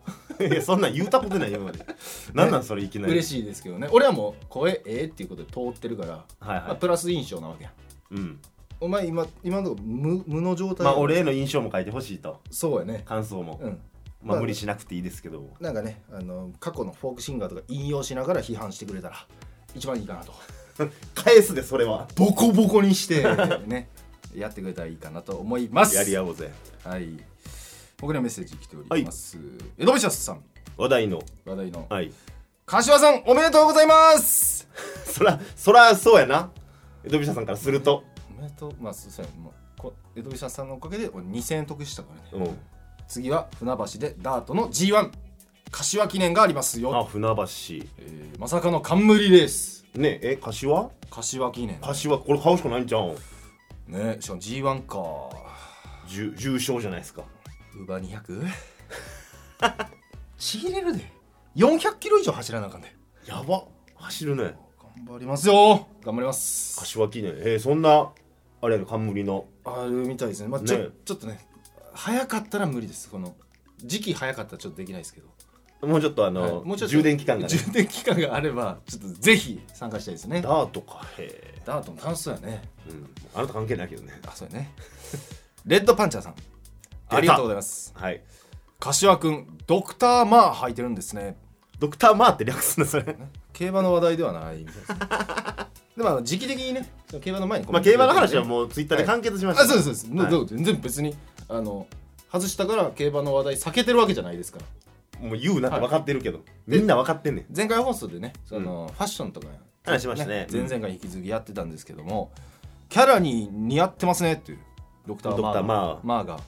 [SPEAKER 1] いやそんなん言うたことない今までなんなんそれいきなり
[SPEAKER 2] 嬉しいですけどね俺はもう声ええっていうことで通ってるから、
[SPEAKER 1] はい
[SPEAKER 2] まあ、
[SPEAKER 1] は
[SPEAKER 2] プラス印象なわけやん
[SPEAKER 1] いうん
[SPEAKER 2] お前今今のとこ無無の状態
[SPEAKER 1] まあ俺への印象も書いてほしいと
[SPEAKER 2] そうやね
[SPEAKER 1] 感想も、
[SPEAKER 2] うん
[SPEAKER 1] まあ無理しなくていいですけど
[SPEAKER 2] なんかねあの過去のフォークシンガーとか引用しながら批判してくれたら一番いいかなと
[SPEAKER 1] 返すでそれは
[SPEAKER 2] ボコボコにして (laughs) ねやってくれたらいいかなと思います
[SPEAKER 1] やり合おうぜ
[SPEAKER 2] はい僕にはメッセージ来ております、エドビシャスさん
[SPEAKER 1] 話題の
[SPEAKER 2] 話題の
[SPEAKER 1] はい
[SPEAKER 2] 柏さんおめでとうございます
[SPEAKER 1] そらそらそうやな江戸飛車さんからすると
[SPEAKER 2] おめでとうまあそうそうやもうこ江戸ビシャスさんのおかげで俺2000円得したからね
[SPEAKER 1] うん
[SPEAKER 2] 次は船橋でダートの G1 柏記念があります
[SPEAKER 1] あ
[SPEAKER 2] よ、
[SPEAKER 1] 船橋
[SPEAKER 2] えーまさかの冠レース
[SPEAKER 1] ねえ柏
[SPEAKER 2] 柏記念
[SPEAKER 1] 柏これ買うしかないんじゃうん
[SPEAKER 2] ねしかも G1 か
[SPEAKER 1] 重重賞じゃないですか
[SPEAKER 2] ウバ (laughs) 200? ちぎれるで400キロ以上走らなあかんで
[SPEAKER 1] やば走るね
[SPEAKER 2] 頑張りますよ頑張ります
[SPEAKER 1] 柏記念えー、そんなあれやの冠の
[SPEAKER 2] あるみたいですね,、まあ、ちょ
[SPEAKER 1] ね
[SPEAKER 2] ちょっとね早かったら無理ですこの時期早かったらちょっとできないですけど
[SPEAKER 1] もうちょっとあの、
[SPEAKER 2] はいもうちょっと
[SPEAKER 1] 充電期間がね
[SPEAKER 2] 充電期間があればちょっとぜひ参加したいですね
[SPEAKER 1] ダートかへ
[SPEAKER 2] ダートも楽しそうやね
[SPEAKER 1] え、うん、あなた関係ないけどね
[SPEAKER 2] あそうや (laughs) ねレッドパンチャーさんありがとうございます
[SPEAKER 1] はい
[SPEAKER 2] 柏くんドクターマー履いてるんですね
[SPEAKER 1] ドクターマーって略すんだそれ
[SPEAKER 2] 競馬の話題ではないみたいですねでもあの時期的にねその競馬の前に
[SPEAKER 1] まあ競馬の話は
[SPEAKER 2] う
[SPEAKER 1] もうツイッターで完結しま
[SPEAKER 2] あ
[SPEAKER 1] した、
[SPEAKER 2] そうですそうです、
[SPEAKER 1] はい
[SPEAKER 2] どう全然別にあの外したから競馬の話題避けてるわけじゃないですから
[SPEAKER 1] もう言うなって分かってるけど、みんな分かってんねん
[SPEAKER 2] 前回放送でねその、ファッションとかね
[SPEAKER 1] 話しましたね
[SPEAKER 2] 前々回引き続きやってたんですけども、キャラに似合ってますねっていうドクターマー
[SPEAKER 1] ドクターマー
[SPEAKER 2] マーが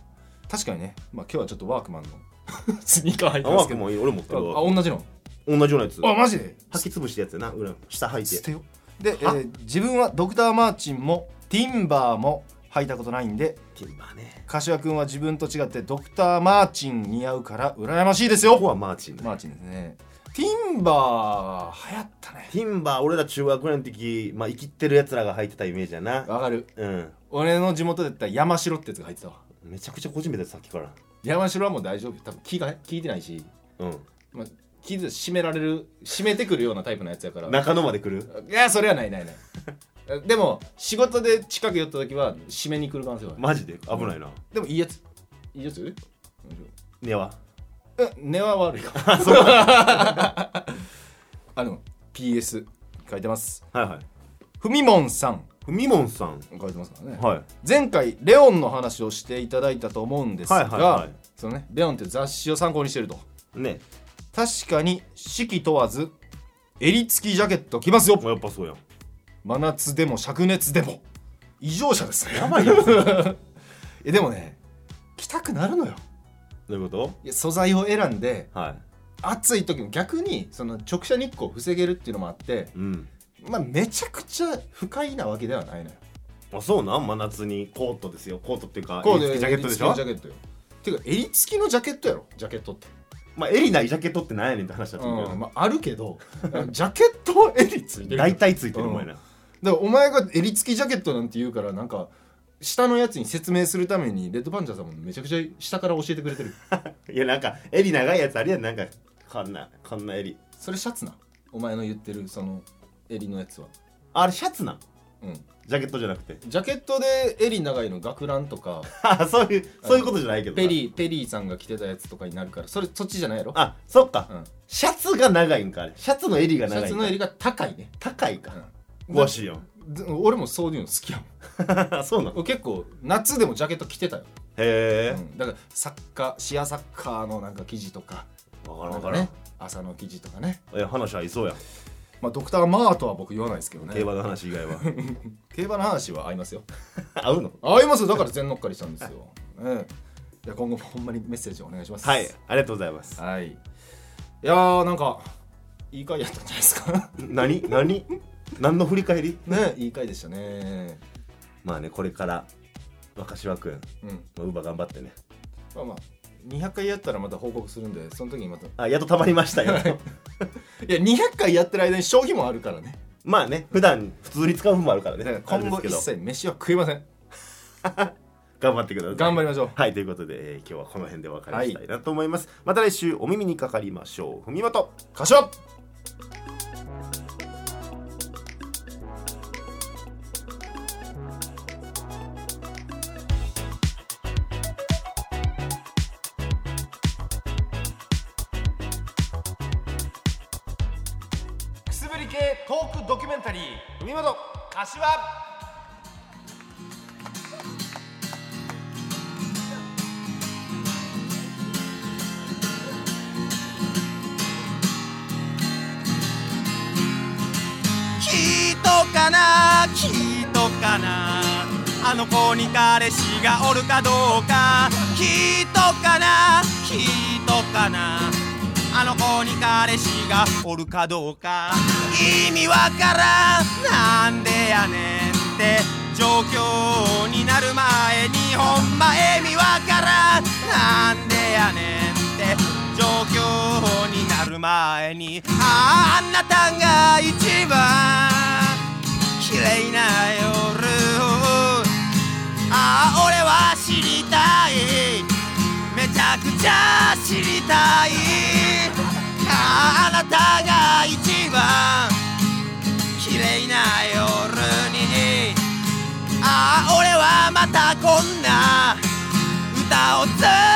[SPEAKER 2] 確かにね、まあ、今日はちょっとワークマンの (laughs) スニーカー履いて
[SPEAKER 1] あ
[SPEAKER 2] ま
[SPEAKER 1] ワ
[SPEAKER 2] す
[SPEAKER 1] ー
[SPEAKER 2] け
[SPEAKER 1] ク
[SPEAKER 2] ど
[SPEAKER 1] も俺持ってるわ
[SPEAKER 2] あ同じの
[SPEAKER 1] 同じようなやつ
[SPEAKER 2] あマジで
[SPEAKER 1] 履き潰してやつやな裏下履い
[SPEAKER 2] 捨
[SPEAKER 1] て
[SPEAKER 2] てよで、えー自分はドクターマーチンもティンバーも履いたことないんで
[SPEAKER 1] ティンバーね
[SPEAKER 2] 柏君は自分と違ってドクターマーチン似合うから羨ましいですよ
[SPEAKER 1] ここはマーチンだ、
[SPEAKER 2] マーチンですねティンバー流行ったね
[SPEAKER 1] ティンバー俺ら中学ぐらいの時まあ生きってるやつらが履いてたイメージやな
[SPEAKER 2] わかる
[SPEAKER 1] うん
[SPEAKER 2] 俺の地元で言ったら山城ってやつが入ってたわ
[SPEAKER 1] めちゃくちゃ個人名だよさっきから
[SPEAKER 2] 山城はもう大丈夫多分聞が聞いてないし、
[SPEAKER 1] うん
[SPEAKER 2] まあ、聞いて締められる締めてくるようなタイプのやつやからい
[SPEAKER 1] 中野まで来る
[SPEAKER 2] やそれはないないない (laughs) でも仕事で近く寄った時は締めに来る可能性はある
[SPEAKER 1] マジで危ないな
[SPEAKER 2] でもいいやついいやつ
[SPEAKER 1] 根は
[SPEAKER 2] うん根は悪いかも (laughs) あの PS 書いてます
[SPEAKER 1] はいはい
[SPEAKER 2] ふみもんさん
[SPEAKER 1] ふみもんさん
[SPEAKER 2] 書いてますからね
[SPEAKER 1] はい
[SPEAKER 2] 前回レオンの話をしていただいたと思うんですが、
[SPEAKER 1] はいはいはい
[SPEAKER 2] そのねレオンって雑誌を参考にしてると
[SPEAKER 1] ね
[SPEAKER 2] 確かに四季問わず襟付きジャケット着ますよ
[SPEAKER 1] もうやっぱそうやん
[SPEAKER 2] 真夏でも灼熱でも異常者ですねやばい (laughs) えでもね着たくなるのよ
[SPEAKER 1] どういうこ
[SPEAKER 2] いや素材を選んで
[SPEAKER 1] とは
[SPEAKER 2] 暑い時も逆にその直射日光を防げるっていうのもあって
[SPEAKER 1] いうん
[SPEAKER 2] まあめちゃくちゃ不快なわけではないのよ
[SPEAKER 1] あそうなん真夏にコートですよコートっていうか
[SPEAKER 2] こう
[SPEAKER 1] 襟
[SPEAKER 2] ね
[SPEAKER 1] 付きジャケットでしょ
[SPEAKER 2] 襟付きのジャケットよていうか襟付きのジャケットやろジャケットって、
[SPEAKER 1] まあ襟ないジャケットってなんやねんって話だったんだ
[SPEAKER 2] う
[SPEAKER 1] け
[SPEAKER 2] ん
[SPEAKER 1] ど
[SPEAKER 2] まあ、ある
[SPEAKER 1] (laughs)
[SPEAKER 2] けどジャケットは襟付いてる
[SPEAKER 1] 大体ついてるお前な
[SPEAKER 2] だからお前が襟付きジャケットなんて言うからなんか下のやつに説明するためにレッドパンチャーさんもめちゃくちゃ下から教えてくれてる
[SPEAKER 1] いやなんか襟長いやつあるやんなんかこんなこんな襟
[SPEAKER 2] それシャツなお前の言ってるその襟のやつは
[SPEAKER 1] あれシャツなん
[SPEAKER 2] うん
[SPEAKER 1] ジャケットじゃなくて
[SPEAKER 2] ジャケットで襟長いの学ラン
[SPEAKER 1] (laughs)
[SPEAKER 2] とか
[SPEAKER 1] あそういうそういうことじゃないけどな
[SPEAKER 2] ペリーペリーさんが着てたやつとかになるからそれそっちじゃないやろ
[SPEAKER 1] あそっか、
[SPEAKER 2] うん
[SPEAKER 1] シャツが長いんかあれシャツの襟が
[SPEAKER 2] シ
[SPEAKER 1] 長いん
[SPEAKER 2] ャ
[SPEAKER 1] か
[SPEAKER 2] ツの襟が高いね
[SPEAKER 1] 高いか、
[SPEAKER 2] うん
[SPEAKER 1] 詳しいよ (laughs)
[SPEAKER 2] ず俺もそういうの好きやもん
[SPEAKER 1] そうなの
[SPEAKER 2] 俺結構夏でもジャケット着てたよ、
[SPEAKER 1] へえ
[SPEAKER 2] う、んだからサッカーシアサッカーのなんか記事とか
[SPEAKER 1] わからんわ
[SPEAKER 2] なん
[SPEAKER 1] か
[SPEAKER 2] から
[SPEAKER 1] ん、
[SPEAKER 2] ね朝の記事とかね
[SPEAKER 1] え話合いそうやん
[SPEAKER 2] まあドクターマートは僕言わないですけどね
[SPEAKER 1] 競馬の話以外
[SPEAKER 2] (laughs)
[SPEAKER 1] は
[SPEAKER 2] 競馬の話は合いますよ
[SPEAKER 1] 合うの
[SPEAKER 2] 合いますよだから全乗っかりしたんですよ、
[SPEAKER 1] (laughs)
[SPEAKER 2] ええいや今後もほんまにメッセージお願いします
[SPEAKER 1] はいありがとうございます
[SPEAKER 2] はいいやーなんかいい回やったんじゃないです
[SPEAKER 1] (laughs)
[SPEAKER 2] か
[SPEAKER 1] 何何何の振り返り
[SPEAKER 2] ねいい回でしたね
[SPEAKER 1] まあねこれから若柴君
[SPEAKER 2] うん
[SPEAKER 1] ウーバー頑張ってね
[SPEAKER 2] まあまあ200回やったらまた報告するんでその時にまたい
[SPEAKER 1] あやっとたまりましたよ
[SPEAKER 2] や200回やってる間に消費もあるからね
[SPEAKER 1] まあね普段普通に使う分もあるからね
[SPEAKER 2] だから今後
[SPEAKER 1] あれで
[SPEAKER 2] 一
[SPEAKER 1] すけど
[SPEAKER 2] 切飯は食いません
[SPEAKER 1] 頑張ってください
[SPEAKER 2] 頑張りましょう
[SPEAKER 1] はいということで、えー今日はこの辺でお別れしたいなと思います、また来週お耳にかかりましょうふみまと
[SPEAKER 2] 柏
[SPEAKER 7] くすぶり系トークドキュメンタリー海本柏
[SPEAKER 3] きっとかなきっとかなあの子に彼氏がおるかどうかきっとかなきっとかなあの子に彼氏がおるかどうか意味わからんなんでやねんって状況になる前にほんま意味わからんなんでやねんって状況になる前にあああなたが一番綺麗な夜ああ俺は知りたいめちゃくちゃ知りたいあああなたが一番綺麗な夜にああ俺はまたこんな歌をずっ